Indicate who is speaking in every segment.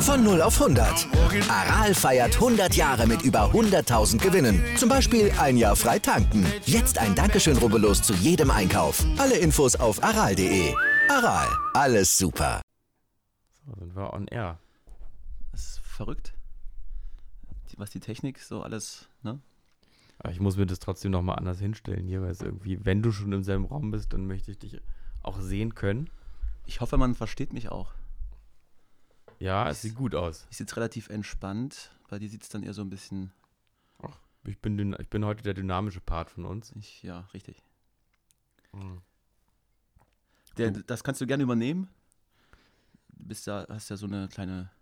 Speaker 1: Von 0 auf 100. Aral feiert 100 Jahre mit über 100.000 Gewinnen. Zum Beispiel ein Jahr frei tanken. Jetzt ein Dankeschön, rubbellos zu jedem Einkauf. Alle Infos auf aral.de. Aral, alles super.
Speaker 2: So, sind wir on air.
Speaker 3: Das ist verrückt. Die- Was die Technik so alles, ne?
Speaker 2: Aber ich muss mir das trotzdem nochmal anders hinstellen hier, weil es irgendwie, wenn du schon im selben Raum bist, dann möchte ich dich auch sehen können.
Speaker 3: Ich hoffe, man versteht mich auch.
Speaker 2: Ja, es sieht gut aus.
Speaker 3: Ich sitze relativ entspannt. Bei dir sieht es dann eher so ein bisschen.
Speaker 2: Ich bin, dyn- ich bin heute der dynamische Part von uns.
Speaker 3: Ich, ja, richtig.
Speaker 2: Mhm.
Speaker 3: Der, das kannst du gerne übernehmen. Du bist ja, hast ja so eine kleine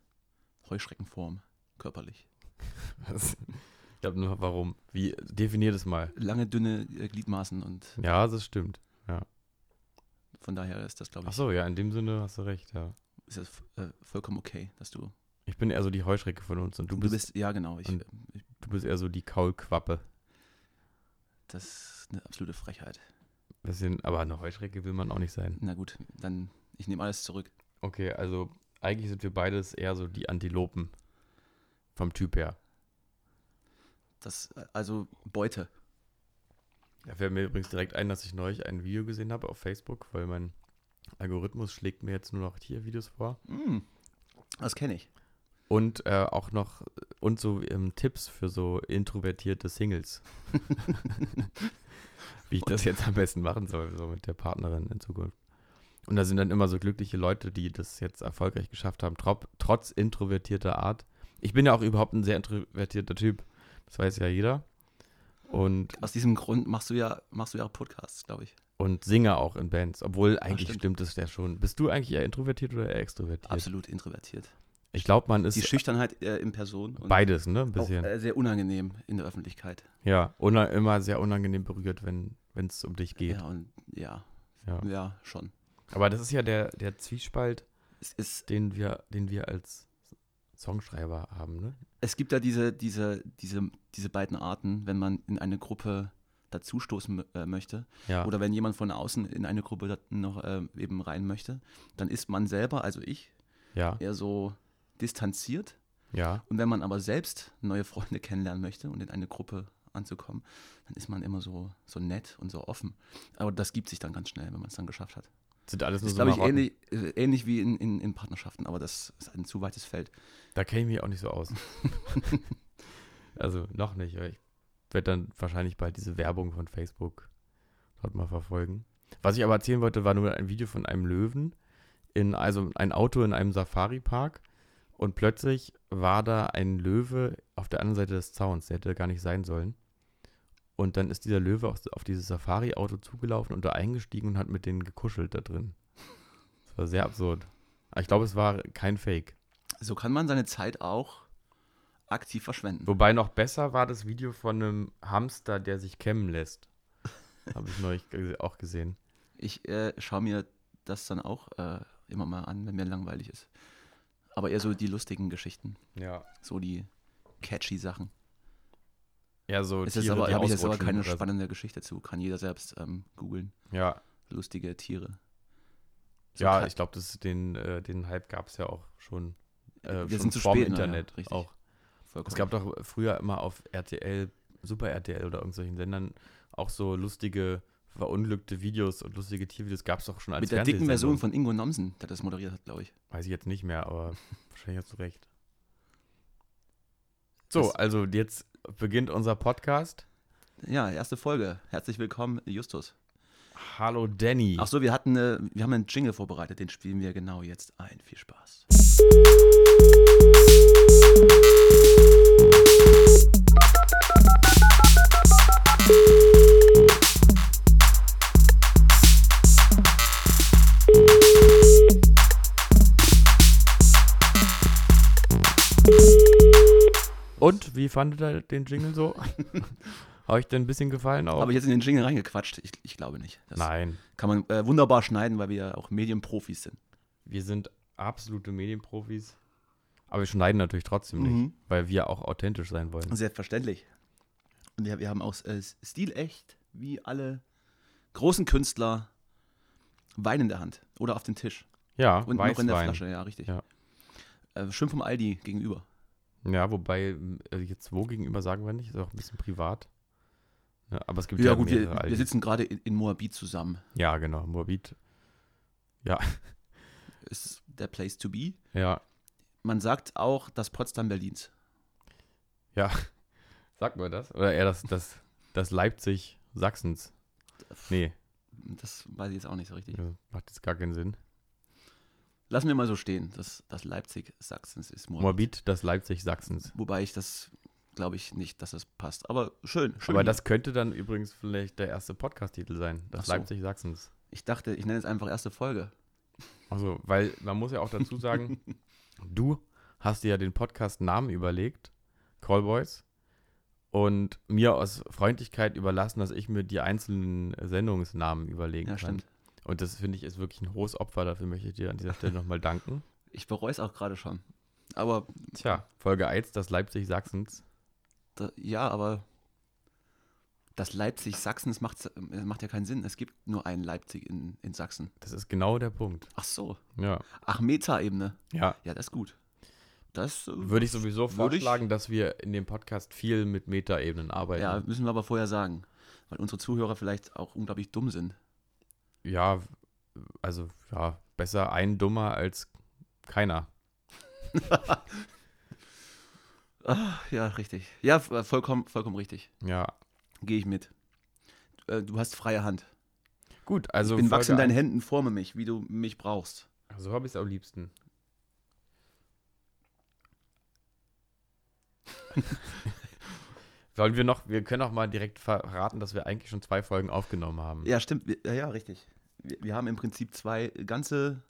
Speaker 3: Heuschreckenform, körperlich.
Speaker 2: Ich glaube nur, warum? Wie, definier das mal.
Speaker 3: Lange, dünne äh, Gliedmaßen und
Speaker 2: Ja, das stimmt.
Speaker 3: von daher ist das, glaube ich,
Speaker 2: Achso, ja, in dem Sinne hast du recht, ja.
Speaker 3: ist das äh, vollkommen okay, dass du.
Speaker 2: Ich bin eher so die Heuschrecke von uns und du bist,
Speaker 3: ja, genau. Ich,
Speaker 2: und-
Speaker 3: ich,
Speaker 2: du bist eher so die Kaulquappe.
Speaker 3: das ist eine absolute Frechheit.
Speaker 2: Bisschen, aber eine Heuschrecke will man auch nicht sein.
Speaker 3: Na gut, dann, ich nehme alles zurück.
Speaker 2: Okay, also eigentlich sind wir beides eher so die Antilopen. Vom Typ her.
Speaker 3: Das, äh, also Beute.
Speaker 2: Da fällt mir übrigens direkt ein, dass ich neulich ein Video gesehen habe auf Facebook, weil mein Algorithmus schlägt mir jetzt nur noch Tiervideos vor.
Speaker 3: Mm, das kenne ich.
Speaker 2: Und äh, auch noch und so ähm, Tipps für so introvertierte Singles. Wie ich das jetzt am besten machen soll, so mit der Partnerin in Zukunft. Und da sind dann immer so glückliche Leute, die das jetzt erfolgreich geschafft haben, trop, trotz introvertierter Art. Ich bin ja auch überhaupt ein sehr introvertierter Typ. Das weiß ja jeder. Und
Speaker 3: Aus diesem Grund machst du ja, machst du ja Podcasts, glaube ich.
Speaker 2: und singe auch in Bands, obwohl eigentlich
Speaker 3: stimmt.
Speaker 2: stimmt es ja schon. Bist du eigentlich eher introvertiert oder eher extrovertiert?
Speaker 3: Absolut introvertiert.
Speaker 2: Ich glaube, man
Speaker 3: Die
Speaker 2: ist
Speaker 3: Schüchternheit äh, in Person und
Speaker 2: beides, ne? Ein
Speaker 3: auch
Speaker 2: bisschen.
Speaker 3: äh, sehr unangenehm in der Öffentlichkeit.
Speaker 2: ja, una immer sehr unangenehm berührt, wenn es um dich geht.
Speaker 3: Ja, und ja,
Speaker 2: Ja.
Speaker 3: ja, schon.
Speaker 2: Aber das ist ja der, der Zwiespalt,
Speaker 3: Es, ist,
Speaker 2: den wir, den wir als Songschreiber haben, ne?
Speaker 3: es gibt ja diese, diese, diese, diese beiden Arten, wenn man in eine Gruppe dazustoßen mö- äh, möchte
Speaker 2: Ja.
Speaker 3: oder wenn jemand von außen in eine Gruppe da noch ähm, eben rein möchte, dann ist man selber, also ich,
Speaker 2: ja,
Speaker 3: eher so distanziert
Speaker 2: ja.
Speaker 3: Und wenn man aber selbst neue Freunde kennenlernen möchte und in eine Gruppe anzukommen, dann ist man immer so, so nett und so offen. Aber das gibt sich dann ganz schnell, wenn man es dann geschafft hat.
Speaker 2: Sind alles
Speaker 3: Das
Speaker 2: nur
Speaker 3: ist,
Speaker 2: so
Speaker 3: glaube ich,
Speaker 2: Marotten.
Speaker 3: ähnlich, äh, ähnlich wie in, in, in Partnerschaften, aber das ist ein zu weites Feld.
Speaker 2: Da kenne ich mich auch nicht so aus. also noch nicht. aber Ich werde dann wahrscheinlich bald diese Werbung von Facebook dort mal verfolgen. Was ich aber erzählen wollte, war nur ein Video von einem Löwen, in, also ein Auto in einem Safari-Park. Und plötzlich war da ein Löwe auf der anderen Seite des Zauns. Der hätte gar nicht sein sollen. Und dann ist dieser Löwe auf, auf dieses Safari-Auto zugelaufen und da eingestiegen und hat mit denen gekuschelt da drin. Das war sehr absurd. Aber ich glaube, es war kein Fake.
Speaker 3: So kann man seine Zeit auch aktiv verschwenden.
Speaker 2: Wobei noch besser war das Video von einem Hamster, der sich kämmen lässt. Habe ich neulich ge- auch gesehen.
Speaker 3: Ich äh, schaue mir das dann auch äh, immer mal an, wenn mir langweilig ist. Aber eher so die lustigen Geschichten,
Speaker 2: Ja.
Speaker 3: so die catchy Sachen.
Speaker 2: Ja, so
Speaker 3: Es ist
Speaker 2: Tiere,
Speaker 3: aber,
Speaker 2: die
Speaker 3: habe ich jetzt aber
Speaker 2: ausrutschen
Speaker 3: keine
Speaker 2: oder so.
Speaker 3: spannende Geschichte zu, kann jeder selbst ähm, googeln.
Speaker 2: Ja,
Speaker 3: lustige Tiere. So
Speaker 2: ja
Speaker 3: Ka-
Speaker 2: ich glaube, das- den, äh, den Hype gab es ja auch schon. Äh,
Speaker 3: Wir
Speaker 2: schon
Speaker 3: sind zu
Speaker 2: vorm
Speaker 3: spät, na ja,
Speaker 2: Internet.
Speaker 3: richtig.
Speaker 2: auch.
Speaker 3: vollkommen.
Speaker 2: Es gab doch früher immer auf RTL, Super RTL oder irgendwelchen Sendern auch so lustige, verunglückte Videos und lustige Tiervideos gab es doch schon als
Speaker 3: mit der dicken Version
Speaker 2: Fernsehsendung.
Speaker 3: von Ingo Nomsen, der das moderiert hat, glaube ich.
Speaker 2: Weiß ich jetzt nicht mehr, aber wahrscheinlich hast du recht. So,
Speaker 3: Das-
Speaker 2: also jetzt beginnt unser Podcast.
Speaker 3: Ja, erste Folge. Herzlich willkommen, Justus.
Speaker 2: Hallo Danny.
Speaker 3: Ach so, wir hatten, äh, wir haben einen Jingle vorbereitet, den spielen wir genau jetzt ein. Viel Spaß.
Speaker 2: Und wie fandet ihr den Jingle so? Habe ich dir ein bisschen gefallen auch?
Speaker 3: Habe ich jetzt in den Jingle reingequatscht? Ich, ich glaube nicht. Das
Speaker 2: Nein.
Speaker 3: kann man äh, wunderbar schneiden, weil wir ja auch Medienprofis sind.
Speaker 2: Wir sind absolute Medienprofis. Aber wir schneiden natürlich trotzdem nicht,
Speaker 3: Mhm. Also
Speaker 2: weil wir auch authentisch sein wollen.
Speaker 3: Selbstverständlich. Und ja, wir haben auch äh, stilecht, wie alle großen Künstler, Wein in der Hand oder auf dem Tisch.
Speaker 2: Ja,
Speaker 3: Und noch in der Flasche, ja, richtig.
Speaker 2: Ja.
Speaker 3: Äh, schön vom Aldi gegenüber.
Speaker 2: Ja, wobei, äh, jetzt wo gegenüber sagen wir nicht, ist auch ein bisschen privat. Ja, aber es gibt
Speaker 3: Ja, gut, wir,
Speaker 2: mehrere
Speaker 3: wir
Speaker 2: Aldis.
Speaker 3: sitzen gerade in, in Moabit zusammen.
Speaker 2: Ja, genau, Moabit. Ja,
Speaker 3: Ist der Place to be.
Speaker 2: ja,
Speaker 3: Man sagt auch das Potsdam Berlins.
Speaker 2: ja. Sagt man das? Oder eher das, das, das Leipzig Sachsens. Nee,
Speaker 3: Das weiß ich jetzt auch nicht so richtig.
Speaker 2: das macht jetzt gar keinen Sinn.
Speaker 3: Lassen wir mal so stehen, dass das Leipzig Sachsens ist Moabit.
Speaker 2: Moabit, das Leipzig Sachsens.
Speaker 3: Wobei ich das glaube ich nicht, dass das passt. Aber schön, schön.
Speaker 2: Aber
Speaker 3: hier.
Speaker 2: das könnte dann übrigens vielleicht der erste Podcast-Titel sein,
Speaker 3: Ach
Speaker 2: das
Speaker 3: so.
Speaker 2: Leipzig Sachsens.
Speaker 3: ich dachte, ich nenne es einfach erste Folge.
Speaker 2: Also, weil man muss ja auch dazu sagen, du hast dir ja den Podcast-Namen überlegt, Callboys, und mir aus Freundlichkeit überlassen, dass ich mir die einzelnen Sendungsnamen überlegen
Speaker 3: Ja,
Speaker 2: kann.
Speaker 3: stimmt.
Speaker 2: Und das finde ich ist wirklich ein hohes Opfer. Dafür möchte ich dir an dieser Stelle nochmal danken.
Speaker 3: Ich bereue es auch gerade schon. Aber
Speaker 2: Tja, Folge 1, das Leipzig Sachsens.
Speaker 3: da, ja, aber das Leipzig Sachsens macht, macht ja keinen Sinn. Es gibt nur einen Leipzig in, in Sachsen.
Speaker 2: Das ist genau der Punkt.
Speaker 3: Ach so.
Speaker 2: Ja.
Speaker 3: Ach, Meta-Ebene.
Speaker 2: Ja.
Speaker 3: Ja, das ist gut. Das äh,
Speaker 2: Würde ich sowieso
Speaker 3: Würde ich-
Speaker 2: vorschlagen, dass wir in dem Podcast viel mit Metaebenen arbeiten.
Speaker 3: ja, müssen wir aber vorher sagen, weil unsere Zuhörer vielleicht auch unglaublich dumm sind.
Speaker 2: ja, also ja, besser ein Dummer als keiner.
Speaker 3: Ach, ja, richtig. Ja, v- vollkommen, vollkommen richtig.
Speaker 2: Ja.
Speaker 3: Gehe ich mit. Äh, Du hast freie Hand.
Speaker 2: Gut, also
Speaker 3: Bin wachs in
Speaker 2: Folge
Speaker 3: deinen Händen, forme mich, wie du mich brauchst.
Speaker 2: ein- So habe ich es am liebsten. Sollen wir noch, wir können auch mal direkt verraten, dass wir eigentlich schon zwei Folgen aufgenommen haben.
Speaker 3: Ja, stimmt. Wir- Ja, ja richtig. Wir, wir haben im Prinzip zwei ganze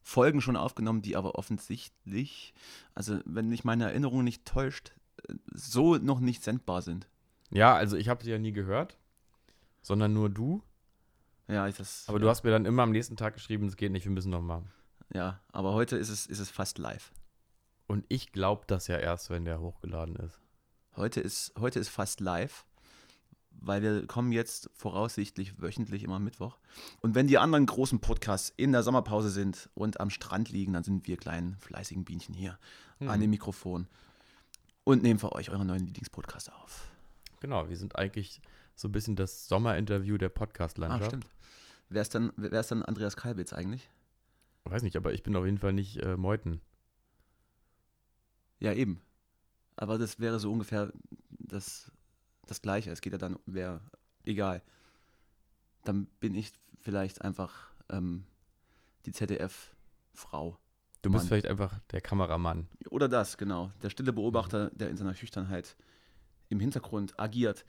Speaker 3: Folgen schon aufgenommen, die aber offensichtlich, also wenn mich meine Erinnerung nicht täuscht, äh, so noch nicht sendbar sind.
Speaker 2: Ja, also ich habe sie ja nie gehört, sondern nur du.
Speaker 3: Ja, ich das.
Speaker 2: Aber du hast mir dann immer am nächsten Tag geschrieben, es geht nicht, wir müssen nochmal.
Speaker 3: Ja, aber heute ist es, ist es fast live.
Speaker 2: Und ich glaube das ja erst, wenn der hochgeladen ist.
Speaker 3: Heute ist, heute ist fast live, weil wir kommen jetzt voraussichtlich wöchentlich immer Mittwoch. Und wenn die anderen großen Podcasts in der Sommerpause sind und am Strand liegen, dann sind wir kleinen fleißigen Bienchen hier
Speaker 2: Hm.
Speaker 3: an dem Mikrofon und nehmen für euch euren neuen Lieblingspodcast auf.
Speaker 2: Genau, wir sind eigentlich so ein bisschen das Sommerinterview der
Speaker 3: Ah,
Speaker 2: Podcast-Landschaft.
Speaker 3: stimmt. Wer ist dann, wer ist dann Andreas Kalbitz eigentlich?
Speaker 2: Weiß nicht, aber ich bin auf jeden Fall nicht äh, Meuten.
Speaker 3: Ja, eben. Aber das wäre so ungefähr das, das Gleiche. Es geht ja dann, wer, egal. Dann bin ich vielleicht einfach ähm, die ZDF-Frau.
Speaker 2: Du bist
Speaker 3: Mann.
Speaker 2: vielleicht einfach der Kameramann.
Speaker 3: Oder das, genau. Der stille Beobachter,
Speaker 2: Mhm.
Speaker 3: der in seiner Schüchternheit im Hintergrund agiert.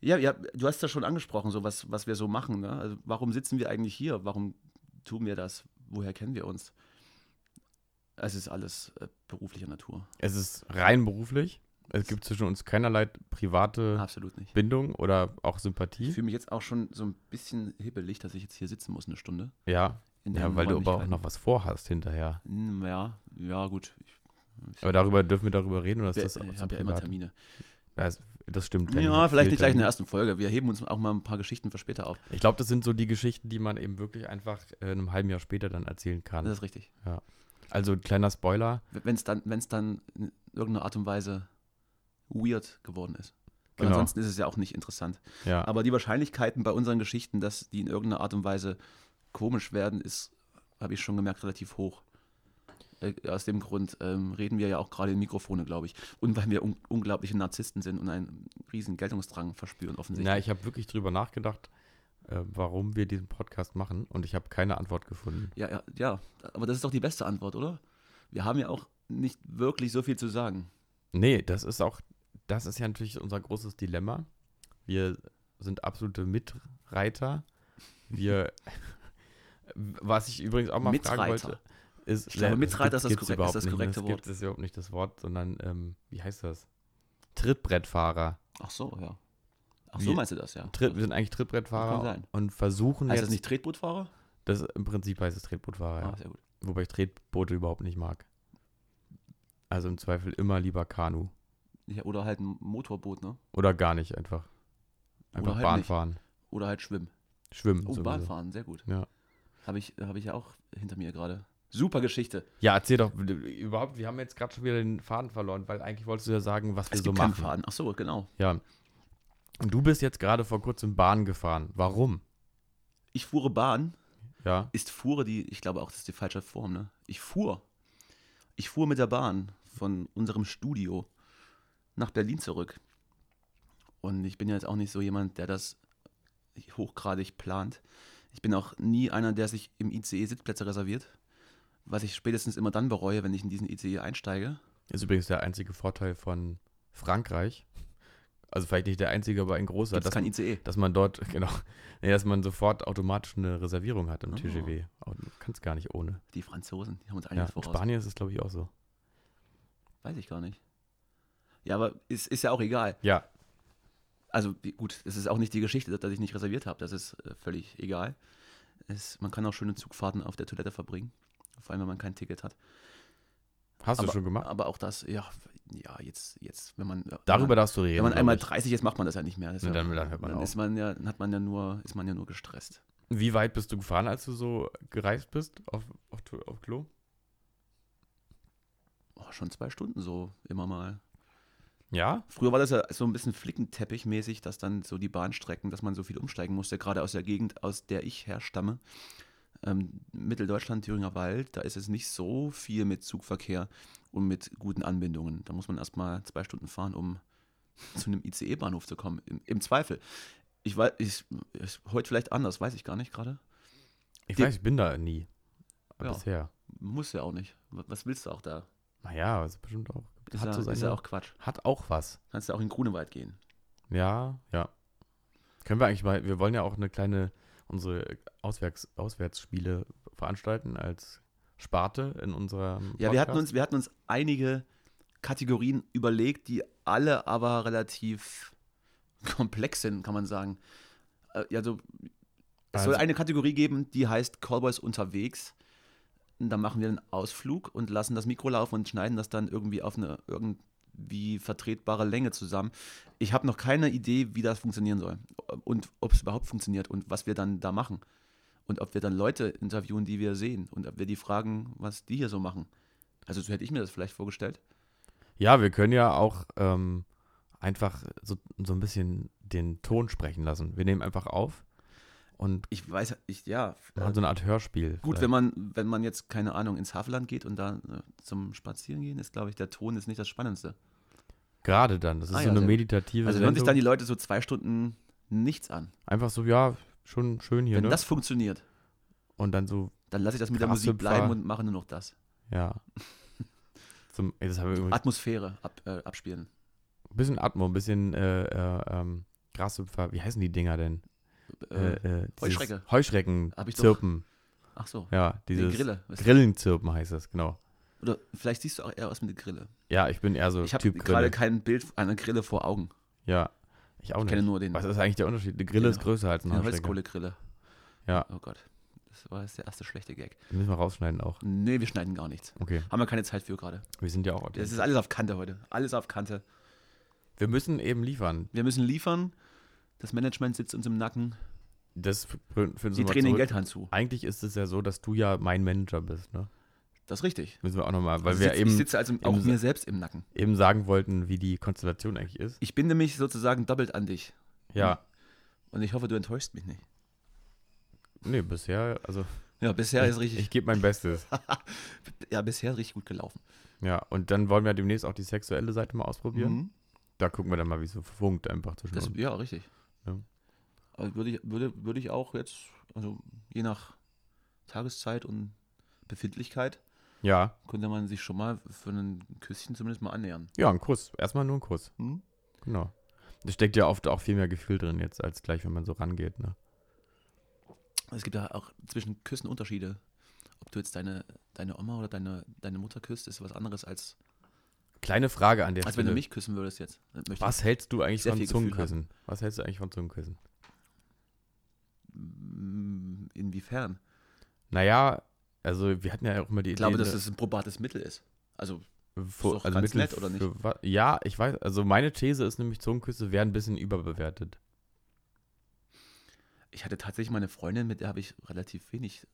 Speaker 3: Ja, ja, du hast das schon angesprochen, so was, was wir so machen. Ne? Also warum sitzen wir eigentlich hier? Warum tun wir das? Woher kennen wir uns? Es ist alles äh, beruflicher Natur.
Speaker 2: Es ist rein beruflich. Es gibt zwischen uns keinerlei private
Speaker 3: Absolut nicht.
Speaker 2: Bindung oder auch
Speaker 3: Ah. Ich
Speaker 2: Sympathie.
Speaker 3: fühle mich jetzt auch schon so ein bisschen hibbelig, dass ich jetzt hier sitzen muss eine Stunde.
Speaker 2: Ja,
Speaker 3: in
Speaker 2: ja
Speaker 3: deinen
Speaker 2: weil du aber auch
Speaker 3: Räumlichkeiten.
Speaker 2: noch was vorhast hinterher.
Speaker 3: Hm, Ja, ja gut. Ich, ich,
Speaker 2: Aber darüber dürfen wir darüber reden oder ist
Speaker 3: wer-
Speaker 2: das auch
Speaker 3: ich
Speaker 2: zu
Speaker 3: habe ja immer
Speaker 2: privat?
Speaker 3: Termine.
Speaker 2: Das, das stimmt. Lenny
Speaker 3: Ja,
Speaker 2: hat
Speaker 3: vielleicht
Speaker 2: viel
Speaker 3: nicht gleich in
Speaker 2: Termine.
Speaker 3: der ersten Folge. Wir heben uns auch mal ein paar Geschichten für später auf.
Speaker 2: Ich glaube, das sind so die Geschichten, die man eben wirklich einfach äh, in einem halben Jahr später dann erzählen kann.
Speaker 3: Das ist richtig.
Speaker 2: also kleiner Spoiler.
Speaker 3: Wenn es dann, wenn's dann in irgendeiner Art und Weise weird geworden ist. Weil
Speaker 2: Genau.
Speaker 3: Ansonsten ist es ja auch nicht interessant.
Speaker 2: Ja,
Speaker 3: Aber die Wahrscheinlichkeiten bei unseren Geschichten, dass die in irgendeiner Art und Weise komisch werden, ist, habe ich schon gemerkt, relativ hoch. Äh, Aus dem Grund ähm, reden wir ja auch gerade in Mikrofone, glaube ich. Und weil wir un unglaubliche Narzissten sind und einen riesen Geltungsdrang verspüren, offensichtlich.
Speaker 2: Na, ich habe wirklich drüber nachgedacht, äh, warum wir diesen Podcast machen und ich habe keine Antwort gefunden.
Speaker 3: Ja, ja, ja, aber das ist doch die beste Antwort, oder? Wir haben ja auch nicht wirklich so viel zu sagen.
Speaker 2: Nee, das ist auch, das ist ja natürlich unser großes Dilemma. Wir sind absolute Mitreiter. Wir, was ich übrigens auch mal fragen
Speaker 3: Mitreiter.
Speaker 2: wollte, ist,
Speaker 3: Ich glaube,
Speaker 2: äh,
Speaker 3: Mitreiter ist das
Speaker 2: gibt's
Speaker 3: korrekt- ist
Speaker 2: überhaupt
Speaker 3: das
Speaker 2: nicht, ne?
Speaker 3: korrekte Wort.
Speaker 2: Gibt es überhaupt nicht das Wort, sondern ähm, wie heißt das? Trittbrettfahrer.
Speaker 3: Ach so, ja. Ach
Speaker 2: Wie-
Speaker 3: so meinst du das, ja.
Speaker 2: Tritt, wir sind eigentlich
Speaker 3: Kann
Speaker 2: Trittbrettfahrer
Speaker 3: sein.
Speaker 2: und versuchen
Speaker 3: heißt das
Speaker 2: jetzt
Speaker 3: nicht Tretbootfahrer?
Speaker 2: Das im Prinzip heißt es Tretbootfahrer, ja.
Speaker 3: Ah, sehr gut.
Speaker 2: Wobei ich Tretboote überhaupt nicht mag. Also im Zweifel immer lieber Kanu.
Speaker 3: Ja, oder halt ein Motorboot, ne?
Speaker 2: Oder gar nicht einfach. Einfach
Speaker 3: Oder halt
Speaker 2: Bahn
Speaker 3: nicht.
Speaker 2: fahren.
Speaker 3: Oder halt Schwimmen.
Speaker 2: Schwimmen.
Speaker 3: Oh,
Speaker 2: sowieso.
Speaker 3: Bahnfahren, sehr gut.
Speaker 2: Ja.
Speaker 3: Habe ich, hab ich ja auch hinter mir gerade. Super Geschichte.
Speaker 2: Ja, erzähl doch überhaupt, wir haben jetzt gerade schon wieder den Faden verloren, weil eigentlich wolltest du ja sagen, was wir
Speaker 3: Es
Speaker 2: so
Speaker 3: gibt keinen
Speaker 2: machen.
Speaker 3: Faden. Ach so, genau.
Speaker 2: Ja. Und du bist jetzt gerade vor kurzem Bahn gefahren. Warum?
Speaker 3: Ich fuhre Bahn.
Speaker 2: Ja.
Speaker 3: Ist Fuhre die, ich glaube auch, das ist die falsche Form, ne? Ich fuhr. Ich fuhr mit der Bahn von unserem Studio nach Berlin zurück. Und ich bin jetzt auch nicht so jemand, der das hochgradig plant. Ich bin auch nie einer, der sich im ICE Sitzplätze reserviert. Was ich spätestens immer dann bereue, wenn ich in diesen ICE einsteige.
Speaker 2: Ist übrigens der einzige Vorteil von Frankreich. Also vielleicht nicht der einzige, aber ein großer,
Speaker 3: Das ist
Speaker 2: dass,
Speaker 3: kein E? ICE.
Speaker 2: dass man dort, genau, nee, dass man sofort automatisch eine Reservierung hat im
Speaker 3: Oh.
Speaker 2: TGW. Aber Du kannst gar nicht ohne.
Speaker 3: Die Franzosen, die haben uns
Speaker 2: Ja,
Speaker 3: einiges
Speaker 2: in
Speaker 3: voraus.
Speaker 2: Spanien ist es, glaube ich, auch so.
Speaker 3: Weiß ich gar nicht. Ja, aber ist, ist ja auch egal.
Speaker 2: Ja,
Speaker 3: also die- gut, es ist auch nicht die Geschichte, dass ich nicht reserviert habe. Das ist äh, völlig egal. Es, man kann auch schöne Zugfahrten auf der Toilette verbringen. Vor allem, wenn man kein Ticket hat.
Speaker 2: hast
Speaker 3: aber,
Speaker 2: du schon gemacht?
Speaker 3: Aber auch das, ja, ja jetzt, jetzt, wenn man.
Speaker 2: Darüber
Speaker 3: wenn man,
Speaker 2: darfst du reden.
Speaker 3: Wenn man
Speaker 2: glaub
Speaker 3: einmal
Speaker 2: ich.
Speaker 3: 30 ist, macht man das ja nicht mehr. Das ist
Speaker 2: Nee,
Speaker 3: ja,
Speaker 2: dann- dann genau. hört man
Speaker 3: dann
Speaker 2: auf.
Speaker 3: ist man ja, dann hat man ja nur, ist man ja nur gestresst.
Speaker 2: Wie weit bist du gefahren, als du so gereist bist auf, auf, Tu- auf Klo?
Speaker 3: Oh, schon zwei Stunden so, immer mal.
Speaker 2: Ja?
Speaker 3: Früher war das ja so ein bisschen flickenteppichmäßig, dass dann so die Bahnstrecken, dass man so viel umsteigen musste, gerade aus der Gegend, aus der ich herstamme. Ähm, Mitteldeutschland, Thüringer Wald, da ist es nicht so viel mit Zugverkehr und mit guten Anbindungen. Da muss man erstmal zwei Stunden fahren, um zu einem ICE-Bahnhof zu kommen. Im, im Zweifel. Ich weiß, ich, ich, heute vielleicht anders, weiß ich gar nicht gerade.
Speaker 2: Ich
Speaker 3: Die-
Speaker 2: weiß, ich bin da nie.
Speaker 3: Ja.
Speaker 2: Bisher.
Speaker 3: Muss ja auch nicht. Wa- Was willst du auch da?
Speaker 2: Naja, ist bestimmt auch.
Speaker 3: Ist,
Speaker 2: hat,
Speaker 3: ja,
Speaker 2: so seine,
Speaker 3: ist ja auch Quatsch.
Speaker 2: hat auch was.
Speaker 3: Kannst ja auch in Grunewald gehen.
Speaker 2: Ja, ja. Können wir eigentlich mal, wir wollen ja auch eine kleine, unsere Auswärts, Auswärtsspiele veranstalten als Sparte in unserer.
Speaker 3: Ja, wir hatten, uns, wir hatten uns einige Kategorien überlegt, die alle aber relativ komplex sind, kann man sagen. Äh, Also, es soll
Speaker 2: Also-
Speaker 3: eine Kategorie geben, die heißt Callboys unterwegs. Und Da machen wir einen Ausflug und lassen das Mikro laufen und schneiden das dann irgendwie auf eine irgendwie vertretbare Länge zusammen. Ich habe noch keine Idee, wie das funktionieren soll und ob es überhaupt funktioniert und was wir dann da machen. Und ob wir dann Leute interviewen, die wir sehen und ob wir die fragen, was die hier so machen. Also so hätte ich mir das vielleicht vorgestellt.
Speaker 2: Ja, wir können ja auch ähm, einfach so, so ein bisschen den Ton sprechen lassen. Wir nehmen einfach auf und
Speaker 3: Ich weiß, ich, ja.
Speaker 2: machen so eine Art Hörspiel.
Speaker 3: Gut,
Speaker 2: vielleicht.
Speaker 3: wenn man, wenn man jetzt, keine Ahnung, ins Havelland geht und da äh, zum Spazieren gehen, ist, glaube ich, der Ton ist nicht das Spannendste.
Speaker 2: Gerade dann. Das ist
Speaker 3: Ah,
Speaker 2: so
Speaker 3: ja,
Speaker 2: eine
Speaker 3: sehr gut.
Speaker 2: meditative
Speaker 3: Also hören sich dann
Speaker 2: Sendung.
Speaker 3: die Leute so zwei Stunden nichts an.
Speaker 2: Einfach so, ja, schon schön hier,
Speaker 3: Wenn
Speaker 2: ne?
Speaker 3: das funktioniert,
Speaker 2: Und dann so,
Speaker 3: dann lasse ich das mit der
Speaker 2: Krasse
Speaker 3: Musik bleiben
Speaker 2: Pfarr.
Speaker 3: und mache nur noch das.
Speaker 2: ja. Zum, ey, das haben wir übrigens
Speaker 3: Atmosphäre ab, äh, abspielen.
Speaker 2: ein bisschen Atmo, ein bisschen äh, äh, ähm, Grashüpfer. Wie heißen die Dinger denn?
Speaker 3: Äh,
Speaker 2: äh, äh, dieses
Speaker 3: Heuschrecke.
Speaker 2: Heuschrecken
Speaker 3: Hab ich doch-
Speaker 2: zirpen.
Speaker 3: ach so,
Speaker 2: Ja,
Speaker 3: die
Speaker 2: dieses
Speaker 3: Grille. Was-
Speaker 2: Grillenzirpen heißt das, genau.
Speaker 3: Oder vielleicht siehst du auch eher aus mit der Grille.
Speaker 2: Ja, ich bin eher so
Speaker 3: Ich habe
Speaker 2: Typ Grille.
Speaker 3: gerade kein Bild einer Grille vor Augen.
Speaker 2: Ja, ich auch
Speaker 3: Ich
Speaker 2: nicht.
Speaker 3: kenne nur den, Genau.
Speaker 2: Was
Speaker 3: den
Speaker 2: ist eigentlich der Unterschied? Eine Grille
Speaker 3: Den-
Speaker 2: ist größer als eine Heuschrecke.
Speaker 3: Holzkohlegrille.
Speaker 2: Ja,
Speaker 3: Oh Gott, das war jetzt der erste schlechte Gag.
Speaker 2: die müssen wir rausschneiden auch.
Speaker 3: Nee, wir schneiden gar nichts.
Speaker 2: Okay,
Speaker 3: Haben wir keine Zeit für gerade.
Speaker 2: wir sind ja auch
Speaker 3: Es
Speaker 2: authentisch.
Speaker 3: ist alles auf Kante heute. Alles auf Kante.
Speaker 2: Wir müssen eben liefern.
Speaker 3: Wir müssen liefern. Das Management sitzt uns im Nacken.
Speaker 2: Das f- führen führen
Speaker 3: Die
Speaker 2: mal
Speaker 3: drehen den
Speaker 2: zurück.
Speaker 3: Geldhahn zu.
Speaker 2: Eigentlich ist es ja so, dass du ja mein Manager bist, ne?
Speaker 3: Das ist richtig.
Speaker 2: Müssen wir auch nochmal, weil
Speaker 3: ich
Speaker 2: wir
Speaker 3: sitze, ich
Speaker 2: eben,
Speaker 3: sitze also auch
Speaker 2: im-
Speaker 3: mir selbst im Nacken.
Speaker 2: eben sagen wollten, wie die Konstellation eigentlich ist.
Speaker 3: Ich binde mich sozusagen doppelt an dich.
Speaker 2: Ja,
Speaker 3: Und ich hoffe, du enttäuschst mich nicht.
Speaker 2: nee, bisher, also
Speaker 3: Mhm. Ja, bisher ist
Speaker 2: ich,
Speaker 3: richtig,
Speaker 2: gebe mein Bestes.
Speaker 3: ja, bisher ist richtig gut gelaufen.
Speaker 2: Ja, und dann wollen wir demnächst auch die sexuelle Seite mal ausprobieren.
Speaker 3: Mhm.
Speaker 2: Da gucken wir dann mal, wie es so funkt einfach zwischen
Speaker 3: Das,
Speaker 2: uns.
Speaker 3: ja, richtig.
Speaker 2: Ja.
Speaker 3: Also würde, ich, würde, würde ich auch jetzt, also je nach Tageszeit und Befindlichkeit,
Speaker 2: Ja,
Speaker 3: könnte man sich schon mal für ein Küsschen zumindest mal annähern.
Speaker 2: ja, ein Kuss. Erstmal nur ein Kuss.
Speaker 3: Mhm.
Speaker 2: Genau. Da steckt ja oft auch viel mehr Gefühl drin jetzt, als gleich, wenn man so rangeht, ne?
Speaker 3: Es gibt ja auch zwischen Küssen Unterschiede. Ob du jetzt deine, deine Oma oder deine, deine Mutter küsst, ist was anderes, als,
Speaker 2: Kleine Frage an der
Speaker 3: als Also wenn du mich küssen würdest jetzt. Das möchte
Speaker 2: Was hältst du eigentlich
Speaker 3: Sehr
Speaker 2: von
Speaker 3: viel Gefühl
Speaker 2: Zungenküssen? Was hältst du eigentlich von Zungenküssen?
Speaker 3: ich- Mm, Inwiefern?
Speaker 2: Naja, also wir hatten ja auch immer die
Speaker 3: Ich glaube,
Speaker 2: Idee, ne,
Speaker 3: dass es ein probates Mittel ist. Also,
Speaker 2: Vor,
Speaker 3: doch ganz nett, oder nicht?
Speaker 2: für wa- ja, ich weiß. Also meine These ist nämlich, Zungenküsse werden ein bisschen überbewertet.
Speaker 3: ich hatte tatsächlich meine Freundin, mit der habe ich relativ wenig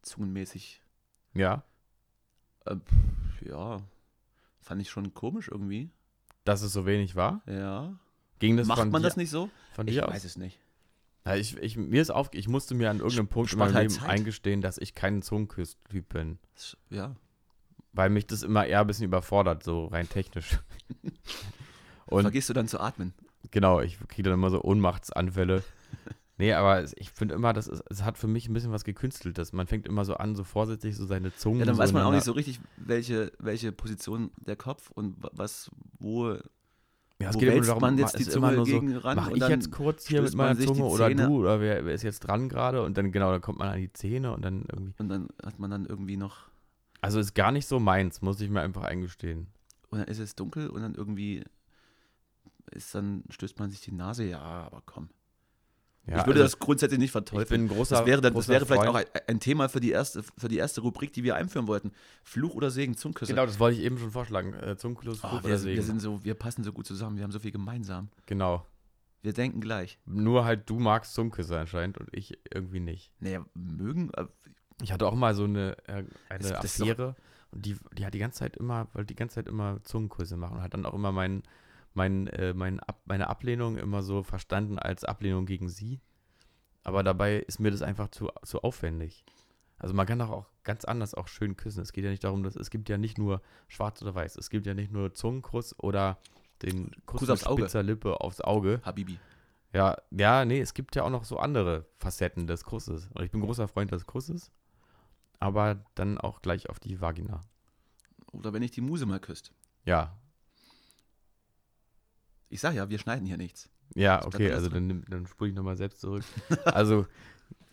Speaker 3: zungenmäßig
Speaker 2: Ja.
Speaker 3: Äh, ja, fand ich schon komisch irgendwie.
Speaker 2: Dass es so wenig war?
Speaker 3: Ja.
Speaker 2: Ging das
Speaker 3: Macht
Speaker 2: von
Speaker 3: man
Speaker 2: dir,
Speaker 3: das nicht so?
Speaker 2: Von
Speaker 3: Ich
Speaker 2: dir aus?
Speaker 3: weiß es nicht.
Speaker 2: Ja, ich, ich, mir ist auf, ich musste mir an irgendeinem Punkt in
Speaker 3: spart
Speaker 2: meinem
Speaker 3: halt
Speaker 2: Leben
Speaker 3: Zeit.
Speaker 2: eingestehen, dass ich kein Zungenküss-Typ bin.
Speaker 3: Das- Ja.
Speaker 2: Weil mich das immer eher ein bisschen überfordert, so rein technisch. Und
Speaker 3: Vergisst du dann zu atmen?
Speaker 2: genau, ich kriege dann immer so Ohnmachtsanfälle. Nee, aber es- ich finde immer, das ist, es hat für mich ein bisschen was Gekünsteltes. Man fängt immer so an, so vorsichtig so seine Zungen.
Speaker 3: Ja, dann
Speaker 2: so
Speaker 3: weiß man auch
Speaker 2: ineinander-
Speaker 3: nicht so richtig, welche, welche Position der Kopf und wa- was, wo,
Speaker 2: Ja, es
Speaker 3: wo
Speaker 2: geht immer
Speaker 3: wälzt
Speaker 2: darum,
Speaker 3: man
Speaker 2: ma-
Speaker 3: jetzt die
Speaker 2: ist immer
Speaker 3: Zunge
Speaker 2: nur so,
Speaker 3: gegen ran
Speaker 2: Mach
Speaker 3: und
Speaker 2: ich
Speaker 3: dann
Speaker 2: jetzt kurz hier mit
Speaker 3: stößt man
Speaker 2: meiner
Speaker 3: sich die
Speaker 2: Zunge oder
Speaker 3: Zähne-
Speaker 2: du oder wer, wer ist jetzt dran gerade und dann genau, dann kommt man an die Zähne und dann irgendwie.
Speaker 3: und dann hat man dann irgendwie noch,
Speaker 2: Also ist gar nicht so meins, muss ich mir einfach eingestehen.
Speaker 3: und dann ist es dunkel und dann irgendwie ist dann, stößt man sich die Nase, ja, aber komm.
Speaker 2: Ja,
Speaker 3: ich würde
Speaker 2: also
Speaker 3: das grundsätzlich
Speaker 2: ich
Speaker 3: nicht
Speaker 2: bin
Speaker 3: verteufeln.
Speaker 2: ein großer
Speaker 3: Das wäre, dann, das
Speaker 2: großer
Speaker 3: wäre vielleicht
Speaker 2: Freund.
Speaker 3: auch ein, ein Thema für die, erste, für die erste Rubrik, die wir einführen wollten. Fluch oder Segen, Zungenküsse.
Speaker 2: Genau, das wollte ich eben schon vorschlagen. Äh, Zungenkuss,
Speaker 3: Oh,
Speaker 2: Fluch
Speaker 3: wir,
Speaker 2: oder
Speaker 3: wir,
Speaker 2: Segen.
Speaker 3: sind so, wir passen so gut zusammen, wir haben so viel gemeinsam.
Speaker 2: Genau.
Speaker 3: Wir denken gleich.
Speaker 2: Nur halt du magst Zungenküsse anscheinend und ich irgendwie nicht.
Speaker 3: Naja, mögen, äh,
Speaker 2: Ich hatte auch mal so eine, äh, eine
Speaker 3: Das- das ist doch-
Speaker 2: Affäre und die, die hat die ganze Zeit immer, wollte die ganze Zeit immer Zungenküsse machen und hat dann auch immer meinen mein, äh, mein Ab, meine Ablehnung immer so verstanden als Ablehnung gegen sie. Aber dabei ist mir das einfach zu, zu aufwendig. Also man kann doch auch ganz anders auch schön küssen. Es geht ja nicht darum, dass es gibt ja nicht nur schwarz oder weiß. Es gibt ja nicht nur Zungenkuss oder den Kuss,
Speaker 3: Kuss
Speaker 2: mit
Speaker 3: aufs Auge.
Speaker 2: spitzer Lippe aufs Auge.
Speaker 3: Habibi.
Speaker 2: Ja, ja, nee, es gibt ja auch noch so andere Facetten des Kusses. Und ich bin großer Freund des Kusses, aber dann auch gleich auf die Vagina.
Speaker 3: Oder wenn ich die Muse mal küsst.
Speaker 2: Ja,
Speaker 3: Ich sag ja, wir schneiden hier nichts.
Speaker 2: ja,
Speaker 3: bleibt
Speaker 2: okay,
Speaker 3: alles
Speaker 2: also dann, nimm- dann spule ich nochmal selbst zurück. Also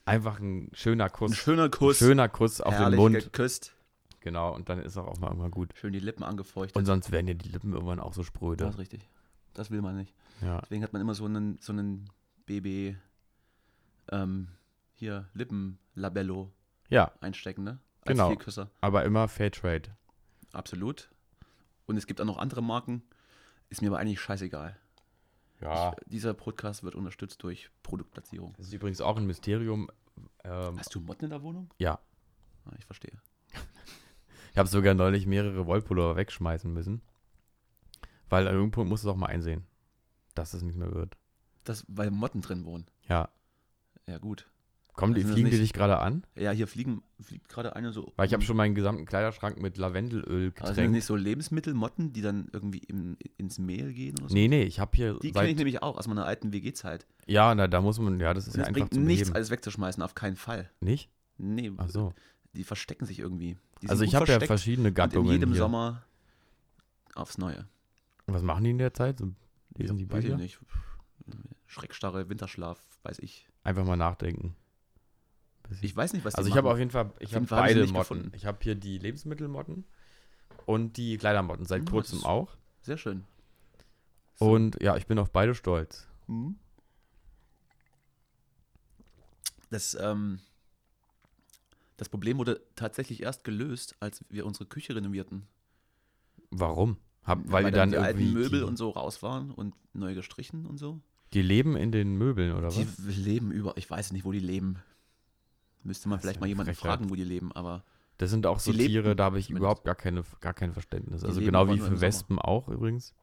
Speaker 2: einfach ein schöner
Speaker 3: Ein
Speaker 2: Kuss.
Speaker 3: schöner Kuss.
Speaker 2: schöner Kuss auf den
Speaker 3: herrlich
Speaker 2: Mund.
Speaker 3: geküsst.
Speaker 2: Genau, und dann ist auch, auch mal irgendwann gut.
Speaker 3: Schön die Lippen angefeuchtet.
Speaker 2: Und sonst werden ja die Lippen irgendwann auch so
Speaker 3: das
Speaker 2: spröde.
Speaker 3: ist richtig. Das will man nicht.
Speaker 2: Ja,
Speaker 3: Deswegen hat man immer so einen, so einen BB ähm, hier Lippenlabello
Speaker 2: ja
Speaker 3: einstecken, ne?
Speaker 2: Genau.
Speaker 3: Vielküsser.
Speaker 2: aber immer Fairtrade.
Speaker 3: Absolut. Und es gibt auch noch andere Marken. Ist mir aber eigentlich scheißegal.
Speaker 2: Ja.
Speaker 3: Ich, dieser Podcast wird unterstützt durch Produktplatzierung.
Speaker 2: Das ist übrigens auch ein Mysterium. Ähm,
Speaker 3: Hast du Motten in der Wohnung?
Speaker 2: ja,
Speaker 3: Ah, ich verstehe.
Speaker 2: Ich habe sogar neulich mehrere Wollpullover wegschmeißen müssen. Weil an irgendeinem Punkt musst du es auch mal einsehen, dass es nichts mehr wird.
Speaker 3: Das, weil Motten drin wohnen.
Speaker 2: Ja.
Speaker 3: Ja, gut.
Speaker 2: Kommen die,
Speaker 3: Also
Speaker 2: fliegen die
Speaker 3: nicht-
Speaker 2: dich gerade an?
Speaker 3: Ja, hier fliegen, fliegt gerade eine so. um
Speaker 2: Weil ich habe schon meinen gesamten Kleiderschrank mit Lavendelöl
Speaker 3: Also sind das
Speaker 2: getränkt.
Speaker 3: nicht so Lebensmittelmotten, die dann irgendwie im, ins Mehl gehen oder so?
Speaker 2: nee, nee, ich habe hier
Speaker 3: Die kenne ich
Speaker 2: seit.
Speaker 3: nämlich auch aus meiner alten WG-Zeit.
Speaker 2: Ja, na, da muss man, ja, das ist
Speaker 3: Und
Speaker 2: ja
Speaker 3: es
Speaker 2: einfach
Speaker 3: bringt
Speaker 2: zu
Speaker 3: nichts,
Speaker 2: beheben.
Speaker 3: alles wegzuschmeißen, auf keinen Fall.
Speaker 2: Nicht?
Speaker 3: Nee,
Speaker 2: Ach so.
Speaker 3: die verstecken sich irgendwie. Die sind
Speaker 2: Also ich
Speaker 3: gut
Speaker 2: habe ja
Speaker 3: versteckt
Speaker 2: verschiedene
Speaker 3: und in
Speaker 2: Gattungen.
Speaker 3: jedem
Speaker 2: hier.
Speaker 3: Sommer aufs Neue.
Speaker 2: Und Was machen die in der Zeit? So, lesen die
Speaker 3: weiß ich
Speaker 2: Bücher?
Speaker 3: nicht. Schreckstarre, Winterschlaf, weiß ich.
Speaker 2: Einfach mal nachdenken. Bisschen.
Speaker 3: Ich weiß nicht, was die
Speaker 2: Also ich habe auf
Speaker 3: machen.
Speaker 2: jeden Fall, ich
Speaker 3: jeden
Speaker 2: habe
Speaker 3: Fall habe ich sie
Speaker 2: beide
Speaker 3: nicht
Speaker 2: Motten.
Speaker 3: gefunden.
Speaker 2: Ich habe hier die Lebensmittelmotten und die Kleidermotten seit
Speaker 3: Hm, das
Speaker 2: kurzem
Speaker 3: ist-
Speaker 2: auch.
Speaker 3: Sehr schön. So.
Speaker 2: Und ja, ich bin auf beide stolz.
Speaker 3: Das, ähm, das Problem wurde tatsächlich erst gelöst, als wir unsere Küche renovierten.
Speaker 2: Warum? Hab, weil, die dann
Speaker 3: die alten
Speaker 2: irgendwie
Speaker 3: Möbel
Speaker 2: die,
Speaker 3: und so raus waren und neu gestrichen und so.
Speaker 2: die leben in den Möbeln oder
Speaker 3: Die
Speaker 2: was?
Speaker 3: leben über, ich weiß nicht, wo die leben. Müsste man
Speaker 2: Das ist
Speaker 3: vielleicht
Speaker 2: ja
Speaker 3: mal
Speaker 2: eine
Speaker 3: jemanden
Speaker 2: Frechheit.
Speaker 3: fragen, wo die leben, aber
Speaker 2: Das sind auch so
Speaker 3: die lebten
Speaker 2: Tiere, da habe ich
Speaker 3: zumindest.
Speaker 2: überhaupt gar, keine, gar kein Verständnis.
Speaker 3: Die
Speaker 2: Also
Speaker 3: leben
Speaker 2: genau
Speaker 3: aber
Speaker 2: wie
Speaker 3: nur im
Speaker 2: für
Speaker 3: Sommer.
Speaker 2: Wespen auch übrigens.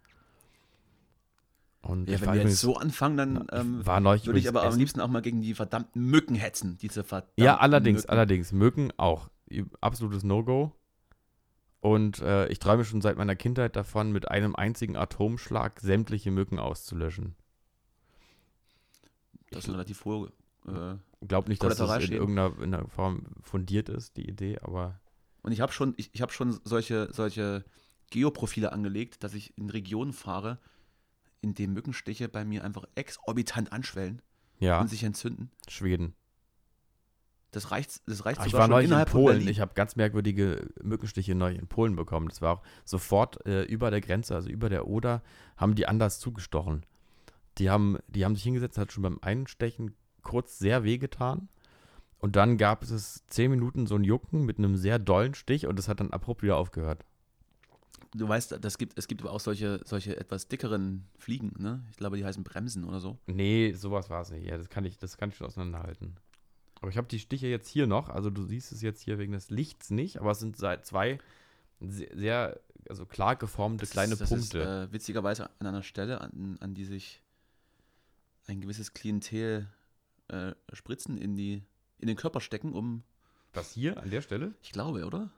Speaker 2: Und
Speaker 3: ja,
Speaker 2: ich
Speaker 3: wenn
Speaker 2: war
Speaker 3: wir jetzt
Speaker 2: übrigens,
Speaker 3: so anfangen, dann
Speaker 2: ich
Speaker 3: ähm,
Speaker 2: war neulich
Speaker 3: würde ich
Speaker 2: übrigens
Speaker 3: aber am
Speaker 2: essen.
Speaker 3: liebsten auch mal gegen die verdammten Mücken hetzen. Diese verdammten
Speaker 2: Ja, allerdings,
Speaker 3: Mücken.
Speaker 2: allerdings. Mücken auch. Absolutes No-Go. Und äh, ich träume schon seit meiner Kindheit davon, mit einem einzigen Atomschlag sämtliche Mücken auszulöschen.
Speaker 3: Das ist eine relativ hohe. Äh,
Speaker 2: Glaub nicht, dass das in
Speaker 3: Kollateralschäden.
Speaker 2: irgendeiner in einer Form fundiert ist, die Idee, aber
Speaker 3: Und ich habe schon, ich, ich hab schon solche, solche Geoprofile angelegt, dass ich in Regionen fahre, in denen Mückenstiche bei mir einfach exorbitant anschwellen
Speaker 2: ja,
Speaker 3: und sich entzünden.
Speaker 2: Schweden.
Speaker 3: Das reicht, das reicht
Speaker 2: Ah, ich
Speaker 3: sogar
Speaker 2: war
Speaker 3: schon
Speaker 2: neulich in
Speaker 3: innerhalb von
Speaker 2: Polen.
Speaker 3: Berlin.
Speaker 2: Ich habe ganz merkwürdige Mückenstiche neulich in Polen bekommen. Das war auch sofort äh, über der Grenze, also über der Oder, haben die anders zugestochen. Die haben, die haben sich hingesetzt, hat schon beim Einstechen kurz sehr wehgetan. Und dann gab es zehn Minuten so ein Jucken mit einem sehr dollen Stich und das hat dann abrupt wieder aufgehört.
Speaker 3: Du weißt, das gibt, es gibt aber auch solche, solche etwas dickeren Fliegen, ne? Ich glaube, die heißen Bremsen oder so.
Speaker 2: Nee, sowas war es nicht. Ja, das kann ich, das kann ich schon auseinanderhalten. Aber ich habe die Stiche jetzt hier noch. Also du siehst es jetzt hier wegen des Lichts nicht, aber es sind se- zwei se- sehr, also klar geformte
Speaker 3: Das
Speaker 2: kleine
Speaker 3: ist, das
Speaker 2: Punkte.
Speaker 3: Ist, äh, witzigerweise an einer Stelle, an, an die sich ein gewisses Klientel äh, Spritzen in, die, in den Körper stecken, um,
Speaker 2: das hier an der Stelle?
Speaker 3: ich glaube, oder?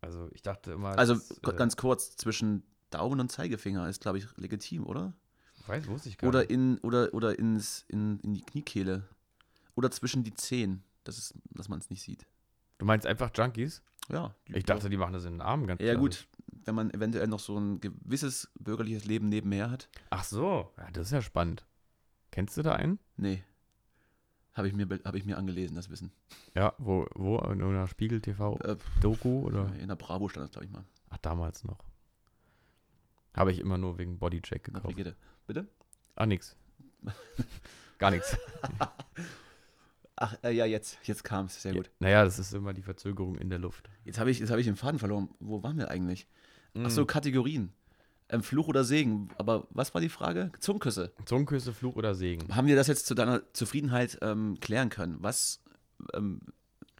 Speaker 2: Also ich dachte immer.
Speaker 3: Also
Speaker 2: das, äh,
Speaker 3: ganz kurz, zwischen Daumen und Zeigefinger ist, glaube ich, legitim, oder?
Speaker 2: Weiß, wusste ich gar
Speaker 3: Oder
Speaker 2: nicht.
Speaker 3: in oder oder ins in, in die Kniekehle oder zwischen die Zehen, dass es dass man es nicht sieht.
Speaker 2: Du meinst einfach Junkies?
Speaker 3: Ja. die-
Speaker 2: Ich dachte, die machen das in den Armen ganz
Speaker 3: Ja
Speaker 2: klassisch.
Speaker 3: gut, wenn man eventuell noch so ein gewisses bürgerliches Leben nebenher hat.
Speaker 2: Ach so. Ja, das ist ja spannend. Kennst du da einen?
Speaker 3: Nee. Habe ich mir be- habe ich mir angelesen, das Wissen.
Speaker 2: Ja, wo, wo? In einer Spiegel TV
Speaker 3: Äh,
Speaker 2: Doku oder?
Speaker 3: In der Bravo stand das, glaube ich mal.
Speaker 2: Ach, damals noch. Habe ich immer nur wegen Bodycheck
Speaker 3: In der
Speaker 2: gekauft.
Speaker 3: Brigitte. Bitte?
Speaker 2: Ah, nix. Gar nichts.
Speaker 3: Ach äh, ja, jetzt jetzt kam es, sehr gut.
Speaker 2: Naja, das ist immer die Verzögerung in der Luft.
Speaker 3: Jetzt habe ich jetzt habe ich den Faden verloren. Wo waren wir eigentlich? Ach so,
Speaker 2: so
Speaker 3: Kategorien. Ähm, Fluch oder Segen, aber was war die Frage? Zungenküsse.
Speaker 2: Mm, Zungenküsse, Fluch oder Segen?
Speaker 3: Haben wir das jetzt zu deiner Zufriedenheit ähm, klären können? Was ähm,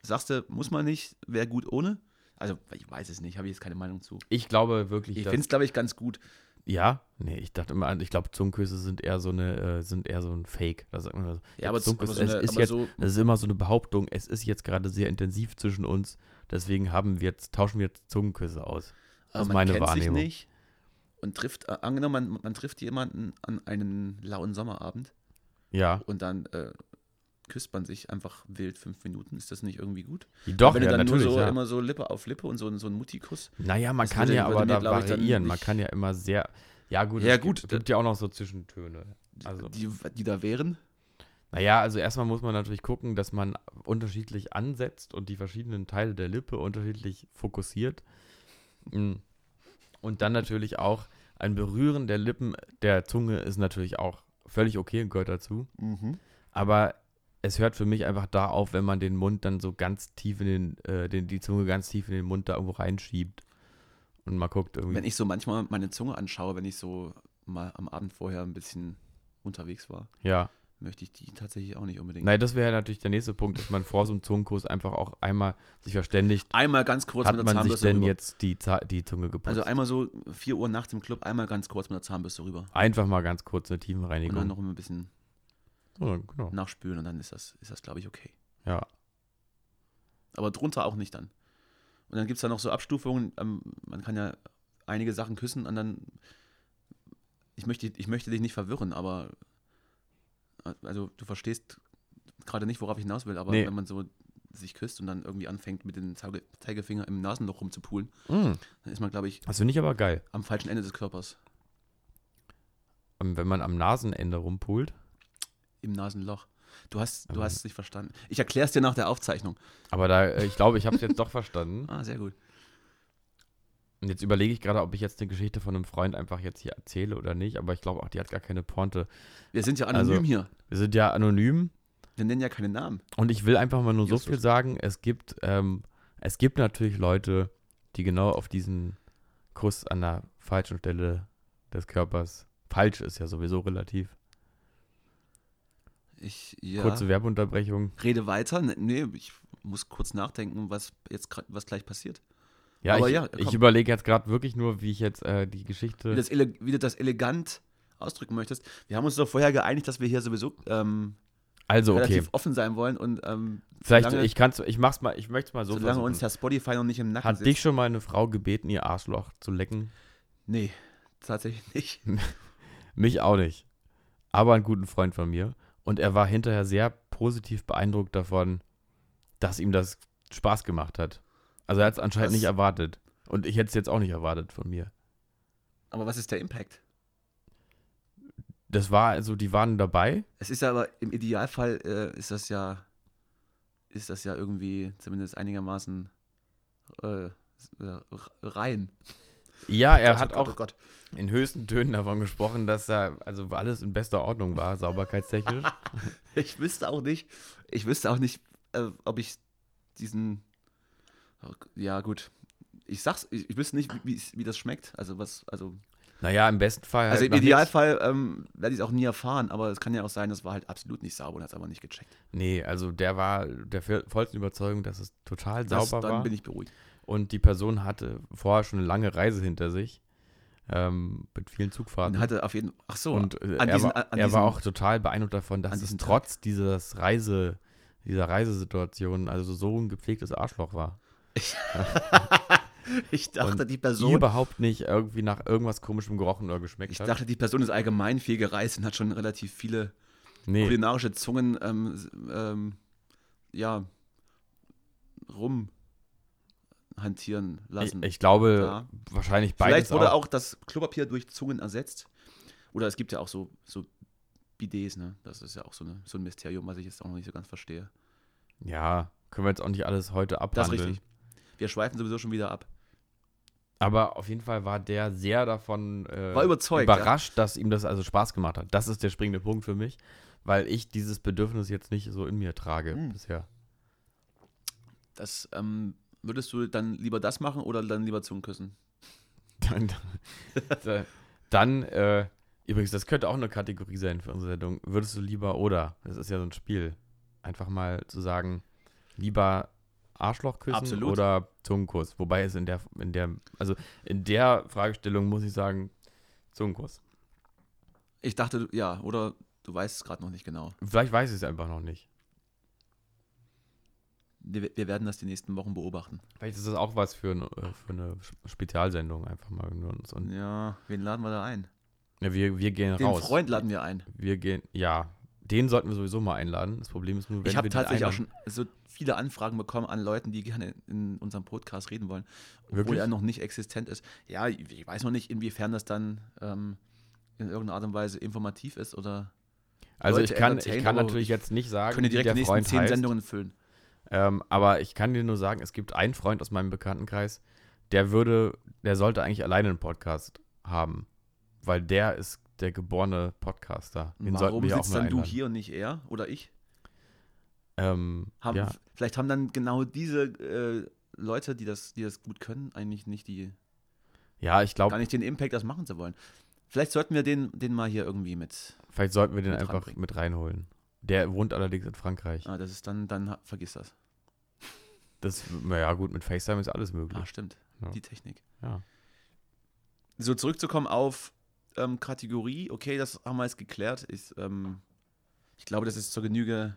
Speaker 3: sagst du, muss man nicht, wäre gut ohne? Also, ich weiß es nicht, habe ich jetzt keine Meinung zu.
Speaker 2: Ich glaube wirklich,
Speaker 3: Ich
Speaker 2: dass-
Speaker 3: finde es, glaube ich, ganz gut.
Speaker 2: Ja? Nee, ich dachte immer, ich glaube, Zungenküsse sind eher so eine, äh, sind eher so ein Fake. Das sagt man immer so.
Speaker 3: Ja, aber,
Speaker 2: Zungenküsse,
Speaker 3: aber so eine,
Speaker 2: es ist
Speaker 3: aber
Speaker 2: jetzt,
Speaker 3: so,
Speaker 2: das ist immer so eine Behauptung, es ist jetzt gerade sehr intensiv zwischen uns, deswegen haben wir jetzt, tauschen wir jetzt Zungenküsse aus.
Speaker 3: aber man
Speaker 2: meine
Speaker 3: kennt
Speaker 2: Wahrnehmung.
Speaker 3: sich nicht und trifft, äh, angenommen, man, man trifft jemanden an einen lauen Sommerabend
Speaker 2: Ja.
Speaker 3: und dann äh, küsst man sich einfach wild fünf Minuten. Ist das nicht irgendwie gut?
Speaker 2: Doch,
Speaker 3: Wenn
Speaker 2: ja,
Speaker 3: du dann
Speaker 2: natürlich.
Speaker 3: nur so
Speaker 2: ja.
Speaker 3: immer so Lippe auf Lippe und so, ein- so ein Muttikuss.
Speaker 2: Naja, man
Speaker 3: Das
Speaker 2: kann
Speaker 3: würde-
Speaker 2: ja
Speaker 3: würde
Speaker 2: aber
Speaker 3: mir,
Speaker 2: da
Speaker 3: glaub ich, dann
Speaker 2: variieren. Man
Speaker 3: nicht-
Speaker 2: kann ja immer sehr. Ja, gut,
Speaker 3: Ja,
Speaker 2: es
Speaker 3: gut,
Speaker 2: gibt, gibt ja auch noch so Zwischentöne. Also,
Speaker 3: Die, die da wären.
Speaker 2: naja, also erstmal muss man natürlich gucken, dass man unterschiedlich ansetzt und die verschiedenen Teile der Lippe unterschiedlich fokussiert. Mm. Und dann natürlich auch ein Berühren der Lippen, der Zunge ist natürlich auch völlig okay und gehört dazu. Aber es hört für mich einfach da auf, wenn man den Mund dann so ganz tief in den, äh, den die Zunge ganz tief in den Mund da irgendwo reinschiebt. Und mal guckt irgendwie.
Speaker 3: Wenn ich so manchmal meine Zunge anschaue, wenn ich so mal am Abend vorher ein bisschen unterwegs war,
Speaker 2: ja.
Speaker 3: möchte ich die tatsächlich auch nicht unbedingt.
Speaker 2: Nein, das wäre natürlich der nächste Punkt, dass man vor so einem Zungenkuss einfach auch einmal sich verständigt,
Speaker 3: Einmal ganz kurz
Speaker 2: hat
Speaker 3: mit der
Speaker 2: man sich
Speaker 3: Zahnbürste
Speaker 2: denn
Speaker 3: rüber.
Speaker 2: jetzt die, Za- die Zunge geputzt.
Speaker 3: also einmal so 4 Uhr nachts im Club, einmal ganz kurz mit der Zahnbürste rüber.
Speaker 2: einfach mal ganz kurz eine
Speaker 3: Und dann
Speaker 2: Tiefenreinigung.
Speaker 3: noch ein bisschen
Speaker 2: Ja, genau.
Speaker 3: nachspülen und dann ist das, ist das glaube ich, okay.
Speaker 2: Ja.
Speaker 3: Aber drunter auch nicht dann. Und dann gibt es da noch so Abstufungen. Ähm, man kann ja einige Sachen küssen und dann. Ich möchte, ich möchte dich nicht verwirren, aber. Also, du verstehst gerade nicht, worauf ich hinaus will, aber
Speaker 2: Nee.
Speaker 3: wenn man so sich küsst und dann irgendwie anfängt, mit dem Zauge- Zeigefinger im Nasenloch rumzupulen,
Speaker 2: Mm.
Speaker 3: dann ist man, glaube ich,
Speaker 2: Das finde ich aber geil.
Speaker 3: am falschen Ende des Körpers.
Speaker 2: Ähm, Wenn man am Nasenende rumpult.
Speaker 3: Im Nasenloch. Du hast, du
Speaker 2: Aber-
Speaker 3: hast es nicht verstanden. Ich erkläre es dir nach der Aufzeichnung.
Speaker 2: Aber da, äh, ich glaube, ich habe es jetzt doch verstanden.
Speaker 3: Ah, sehr gut.
Speaker 2: Und jetzt überlege ich gerade, ob ich jetzt eine Geschichte von einem Freund einfach jetzt hier erzähle oder nicht. Aber ich glaube auch, die hat gar keine Pointe.
Speaker 3: Wir sind ja
Speaker 2: Also-
Speaker 3: anonym hier.
Speaker 2: Wir sind ja anonym.
Speaker 3: Wir nennen ja keine Namen.
Speaker 2: Und ich will einfach mal nur so
Speaker 3: Justus.
Speaker 2: viel sagen, es gibt, ähm, es gibt natürlich Leute, die genau auf diesen Kuss an der falschen Stelle des Körpers, falsch ist ja sowieso relativ.
Speaker 3: Ich, ja.
Speaker 2: Kurze Werbeunterbrechung.
Speaker 3: Rede weiter. Ne- Nee, ich muss kurz nachdenken, was jetzt gra- was gleich passiert.
Speaker 2: Ja,
Speaker 3: Aber
Speaker 2: ich,
Speaker 3: ja, komm.
Speaker 2: ich überlege jetzt gerade wirklich nur, wie ich jetzt äh, die
Speaker 3: Wie,
Speaker 2: Geschichte.
Speaker 3: das ele wie du das elegant ausdrücken möchtest. Wir haben uns doch vorher geeinigt, dass wir hier sowieso ähm,
Speaker 2: Also, okay.
Speaker 3: relativ offen sein wollen und ähm,
Speaker 2: Vielleicht,
Speaker 3: solange-
Speaker 2: ich kann's, ich mach's mal, ich möchte es mal so
Speaker 3: solange uns
Speaker 2: versuchen.
Speaker 3: der Spotify noch nicht im Nacken
Speaker 2: Hat
Speaker 3: sitzt.
Speaker 2: dich schon mal eine Frau gebeten, ihr Arschloch zu lecken?
Speaker 3: Nee, tatsächlich nicht.
Speaker 2: Mich auch nicht. Aber einen guten Freund von mir. Und er war hinterher sehr positiv beeindruckt davon, dass ihm das Spaß gemacht hat. Also er hat es anscheinend
Speaker 3: Das-
Speaker 2: nicht erwartet. Und ich hätte es jetzt auch nicht erwartet von mir.
Speaker 3: Aber was ist der Impact?
Speaker 2: Das war, also die waren dabei.
Speaker 3: Es ist ja aber im Idealfall äh, ist das ja ist das ja irgendwie zumindest einigermaßen äh, äh, rein.
Speaker 2: Ja, er
Speaker 3: Oh
Speaker 2: hat
Speaker 3: Gott, oh
Speaker 2: auch
Speaker 3: Gott.
Speaker 2: in höchsten Tönen davon gesprochen, dass er also alles in bester Ordnung war, sauberkeitstechnisch.
Speaker 3: Ich wüsste auch nicht, ich wüsste auch nicht, äh, ob ich diesen, ja gut, ich sag's, ich, ich wüsste nicht, wie, wie es- wie das schmeckt, also was, also
Speaker 2: Naja, im besten Fall.
Speaker 3: Also
Speaker 2: halt noch
Speaker 3: im Idealfall ähm, werde ich es auch nie erfahren, aber es kann ja auch sein, das war halt absolut nicht sauber und hat es aber nicht gecheckt.
Speaker 2: nichts. Nee, also der war der fe- vollsten Überzeugung, dass es total
Speaker 3: Das,
Speaker 2: sauber
Speaker 3: dann
Speaker 2: war.
Speaker 3: bin ich beruhigt.
Speaker 2: Und die Person hatte vorher schon eine lange Reise hinter sich. Ähm, mit vielen Zugfahrten.
Speaker 3: Und hatte auf jeden Ach so,
Speaker 2: und äh,
Speaker 3: an
Speaker 2: er,
Speaker 3: diesen-
Speaker 2: war,
Speaker 3: an
Speaker 2: er
Speaker 3: diesen-
Speaker 2: war auch total beeindruckt davon,
Speaker 3: an
Speaker 2: dass es
Speaker 3: diesen Tag.
Speaker 2: trotz dieses Reise, dieser Reisesituation, also so ein gepflegtes Arschloch war.
Speaker 3: ich dachte,
Speaker 2: und
Speaker 3: die Person.
Speaker 2: Überhaupt nicht irgendwie nach irgendwas komischem gerochen oder geschmeckt
Speaker 3: Also Ich
Speaker 2: hat.
Speaker 3: dachte, die Person ist allgemein viel gereist und hat schon relativ viele
Speaker 2: nee,
Speaker 3: kulinarische Zungen, ähm, s- ähm, ja, rum hantieren
Speaker 2: ich,
Speaker 3: lassen.
Speaker 2: ich glaube,
Speaker 3: Ja.
Speaker 2: wahrscheinlich beides
Speaker 3: Vielleicht wurde
Speaker 2: auch.
Speaker 3: auch. das Klopapier durch Zungen ersetzt. Oder es gibt ja auch so, so Bidets, ne? Das ist ja auch so, eine, so ein Mysterium, was ich jetzt auch noch nicht so ganz verstehe.
Speaker 2: Ja, können wir jetzt auch nicht alles heute
Speaker 3: Das ist
Speaker 2: abhandeln.
Speaker 3: richtig. Wir schweifen sowieso schon wieder ab.
Speaker 2: Aber auf jeden Fall war der sehr davon äh,
Speaker 3: War überzeugt,
Speaker 2: überrascht, dass ihm das also Spaß gemacht hat. Das ist der springende Punkt für mich, weil ich dieses Bedürfnis jetzt nicht so in mir trage
Speaker 3: Hm.
Speaker 2: bisher.
Speaker 3: Das ähm, würdest du dann lieber das machen oder dann lieber Zungen küssen?
Speaker 2: Dann, dann- dann äh, übrigens, das könnte auch eine Kategorie sein für unsere Sendung. Würdest du lieber oder? Das ist ja so ein Spiel. Einfach mal zu sagen, lieber Arschloch küssen
Speaker 3: Absolut.
Speaker 2: oder Zungenkuss. Wobei es in der, in der, also in der Fragestellung muss ich sagen, Zungenkuss.
Speaker 3: Ich dachte, du- ja, oder du weißt es gerade noch nicht genau.
Speaker 2: Vielleicht weiß ich es einfach noch nicht.
Speaker 3: Wir, wir werden das die nächsten Wochen beobachten.
Speaker 2: Vielleicht ist das auch was für, ein, äh, für eine Spezialsendung einfach mal. nur uns. Und,
Speaker 3: Ja, wen laden wir da ein?
Speaker 2: ja, wir, wir gehen
Speaker 3: Den
Speaker 2: raus.
Speaker 3: Freund laden wir ein.
Speaker 2: Wir gehen, ja. Den sollten wir sowieso mal einladen. Das Problem ist nur, wenn
Speaker 3: ich
Speaker 2: wir
Speaker 3: habe
Speaker 2: den
Speaker 3: tatsächlich auch
Speaker 2: einladen-
Speaker 3: schon so viele Anfragen bekommen an Leuten, die gerne in unserem Podcast reden wollen, obwohl
Speaker 2: Wirklich?
Speaker 3: er noch nicht existent ist. Ja, ich weiß noch nicht, inwiefern das dann ähm, in irgendeiner Art und Weise informativ ist oder
Speaker 2: Also
Speaker 3: Leute
Speaker 2: ich kann, ich
Speaker 3: entertainen,
Speaker 2: kann
Speaker 3: aber
Speaker 2: natürlich jetzt nicht sagen,
Speaker 3: können
Speaker 2: wie
Speaker 3: direkt die
Speaker 2: der
Speaker 3: nächsten
Speaker 2: Freund
Speaker 3: zehn
Speaker 2: heißt,
Speaker 3: Sendungen füllen.
Speaker 2: Ähm, aber ich kann dir nur sagen, es gibt einen Freund aus meinem Bekanntenkreis, der würde, der sollte eigentlich alleine einen Podcast haben, weil der ist der geborene Podcaster. Den sollten
Speaker 3: Warum
Speaker 2: wir auch
Speaker 3: sitzt
Speaker 2: mal
Speaker 3: dann
Speaker 2: einladen.
Speaker 3: du hier und nicht er oder ich?
Speaker 2: Ähm,
Speaker 3: Haben,
Speaker 2: ja.
Speaker 3: Vielleicht haben dann genau diese äh, Leute, die das, die das gut können, eigentlich nicht die,
Speaker 2: ja, ich
Speaker 3: gar
Speaker 2: glaube,
Speaker 3: nicht den Impact, das machen zu wollen. Vielleicht sollten wir den, den mal hier irgendwie mit.
Speaker 2: vielleicht sollten wir den
Speaker 3: mit
Speaker 2: einfach
Speaker 3: ranbringen.
Speaker 2: mit reinholen. Der wohnt allerdings in Frankreich.
Speaker 3: Ah, das ist dann, dann ha- vergiss das.
Speaker 2: Das, naja, gut, mit FaceTime ist alles
Speaker 3: Ah,
Speaker 2: möglich.
Speaker 3: stimmt.
Speaker 2: Ja.
Speaker 3: Die Technik.
Speaker 2: Ja.
Speaker 3: So zurückzukommen auf ähm, Kategorie, okay, das haben wir jetzt geklärt. Ich, ähm, ich glaube, das ist zur Genüge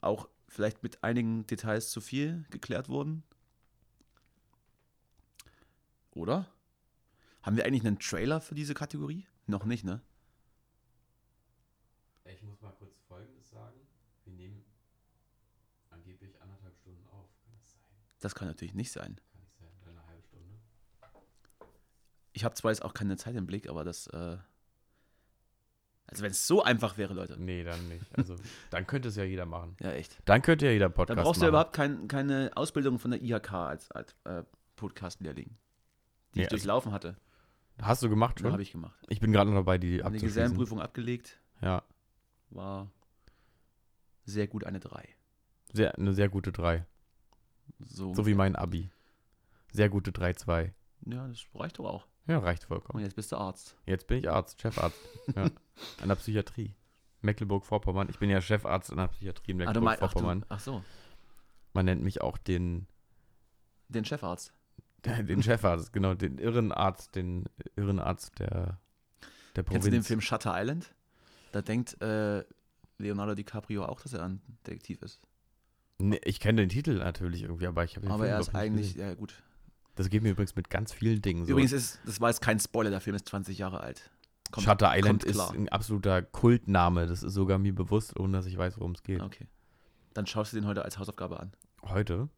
Speaker 3: auch vielleicht mit einigen Details zu viel geklärt worden. Oder? Haben wir eigentlich einen Trailer für diese Kategorie? Noch nicht, ne?
Speaker 2: Ich muss mal kurz Folgendes sagen. Wir nehmen angeblich anderthalb Stunden auf. Kann das sein?
Speaker 3: Das kann natürlich nicht sein.
Speaker 2: Kann nicht sein. Eine halbe Stunde.
Speaker 3: Ich habe zwar jetzt auch keine Zeit im Blick, aber das. Äh, also, wenn es so einfach wäre, Leute.
Speaker 2: Nee, dann nicht. Also, dann könnte es ja jeder machen.
Speaker 3: Ja, echt.
Speaker 2: Dann könnte ja jeder Podcast
Speaker 3: Dann
Speaker 2: machen.
Speaker 3: brauchst du ja überhaupt kein, keine Ausbildung von der IHK als, als äh, Podcast-Lehrling, die
Speaker 2: Ja,
Speaker 3: ich
Speaker 2: ich-
Speaker 3: durchlaufen hatte.
Speaker 2: Hast du gemacht schon?
Speaker 3: Habe
Speaker 2: ich,
Speaker 3: ich gemacht.
Speaker 2: bin gerade noch dabei, die
Speaker 3: Habe die
Speaker 2: abzuschließen.
Speaker 3: Gesellenprüfung abgelegt,
Speaker 2: Ja,
Speaker 3: war sehr gut eine 3.
Speaker 2: sehr, eine sehr gute 3.
Speaker 3: So,
Speaker 2: So wie mein Abi. Sehr gute 3-2.
Speaker 3: ja, das reicht doch auch.
Speaker 2: Ja, reicht
Speaker 3: Und
Speaker 2: vollkommen.
Speaker 3: jetzt bist du Arzt.
Speaker 2: Jetzt bin ich Arzt, Chefarzt. ja. An der Psychiatrie. Mecklenburg-Vorpommern. Ich bin ja Chefarzt in der Psychiatrie in
Speaker 3: Ah, du mein, ach,
Speaker 2: Mecklenburg-Vorpommern.
Speaker 3: du, ach so,
Speaker 2: Man nennt mich auch den,
Speaker 3: den Chefarzt.
Speaker 2: den Chefarzt, genau, den Irrenarzt, den Irrenarzt der, der Provinz.
Speaker 3: Kennst du den Film Shutter Island? Da denkt äh, Leonardo DiCaprio auch, dass er ein Detektiv ist.
Speaker 2: Nee, ich kenne den Titel natürlich irgendwie, aber ich habe den
Speaker 3: Aber er
Speaker 2: überhaupt
Speaker 3: ist
Speaker 2: nicht
Speaker 3: eigentlich,
Speaker 2: gesehen. Also
Speaker 3: ja gut.
Speaker 2: Das geht mir übrigens mit ganz vielen Dingen so.
Speaker 3: Übrigens ist, das war jetzt kein Spoiler, der Film ist 20 Jahre alt. Kommt-
Speaker 2: Shutter Island
Speaker 3: kommt
Speaker 2: ist
Speaker 3: klar.
Speaker 2: ein absoluter Kultname. Das ist sogar mir bewusst, ohne dass ich weiß, worum es geht.
Speaker 3: Okay. Dann schaust du den heute als Hausaufgabe an.
Speaker 2: Heute.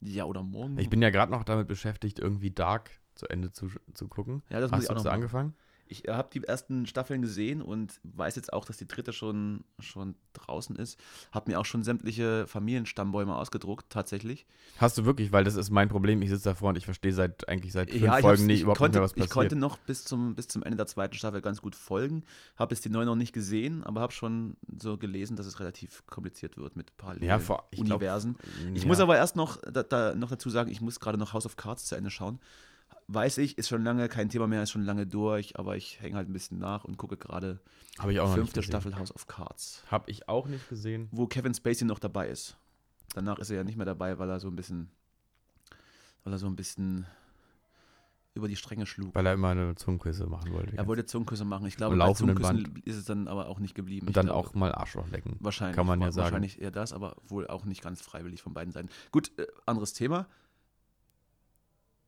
Speaker 3: Ja, oder morgen.
Speaker 2: Ich bin ja gerade noch damit beschäftigt, irgendwie Dark zu Ende zu, zu gucken.
Speaker 3: ja, das muss
Speaker 2: Hast
Speaker 3: ich
Speaker 2: du
Speaker 3: auch noch.
Speaker 2: hast du
Speaker 3: machen.
Speaker 2: angefangen?
Speaker 3: Ich habe die ersten Staffeln gesehen und weiß jetzt auch, dass die dritte schon, schon draußen ist. Habe mir auch schon sämtliche Familienstammbäume ausgedruckt, tatsächlich.
Speaker 2: Hast du wirklich, weil das ist mein Problem. Ich sitze davor und ich verstehe seit eigentlich seit fünf
Speaker 3: ich, hab's-
Speaker 2: Folgen nicht
Speaker 3: ich,
Speaker 2: überhaupt nicht
Speaker 3: konnte,
Speaker 2: mehr,
Speaker 3: ich
Speaker 2: was passiert.
Speaker 3: konnte noch bis zum, bis zum Ende der zweiten Staffel ganz gut folgen. Habe jetzt die neue noch nicht gesehen, aber habe schon so gelesen, dass es relativ kompliziert wird mit
Speaker 2: Ja,
Speaker 3: parallelen
Speaker 2: vor- ich glaub-
Speaker 3: Universen. Ich
Speaker 2: ja.
Speaker 3: muss aber erst noch, da, da, noch dazu sagen, ich muss gerade noch House of Cards zu Ende schauen. Weiß ich, ist schon lange kein Thema mehr, ist schon lange durch, aber ich hänge halt ein bisschen nach und gucke gerade
Speaker 2: Habe Oh, ich auch noch nicht
Speaker 3: fünfte
Speaker 2: gesehen.
Speaker 3: Staffel House of Cards,
Speaker 2: Habe ich auch nicht gesehen.
Speaker 3: wo Kevin Spacey noch dabei ist. Danach ist er ja nicht mehr dabei, weil er so ein bisschen, weil er so ein bisschen über die Stränge schlug.
Speaker 2: Weil er immer eine Zungenküsse machen wollte.
Speaker 3: Er wollte Zungenküsse machen. Ich glaube,
Speaker 2: Am
Speaker 3: bei
Speaker 2: laufenden
Speaker 3: Zungenküssen ist es dann aber auch nicht geblieben.
Speaker 2: und dann
Speaker 3: ich glaube,
Speaker 2: auch mal Arschloch lecken.
Speaker 3: wahrscheinlich
Speaker 2: kann man ja
Speaker 3: wa-
Speaker 2: sagen.
Speaker 3: Wahrscheinlich eher das, aber wohl auch nicht ganz freiwillig von beiden Seiten. Gut, äh, anderes Thema.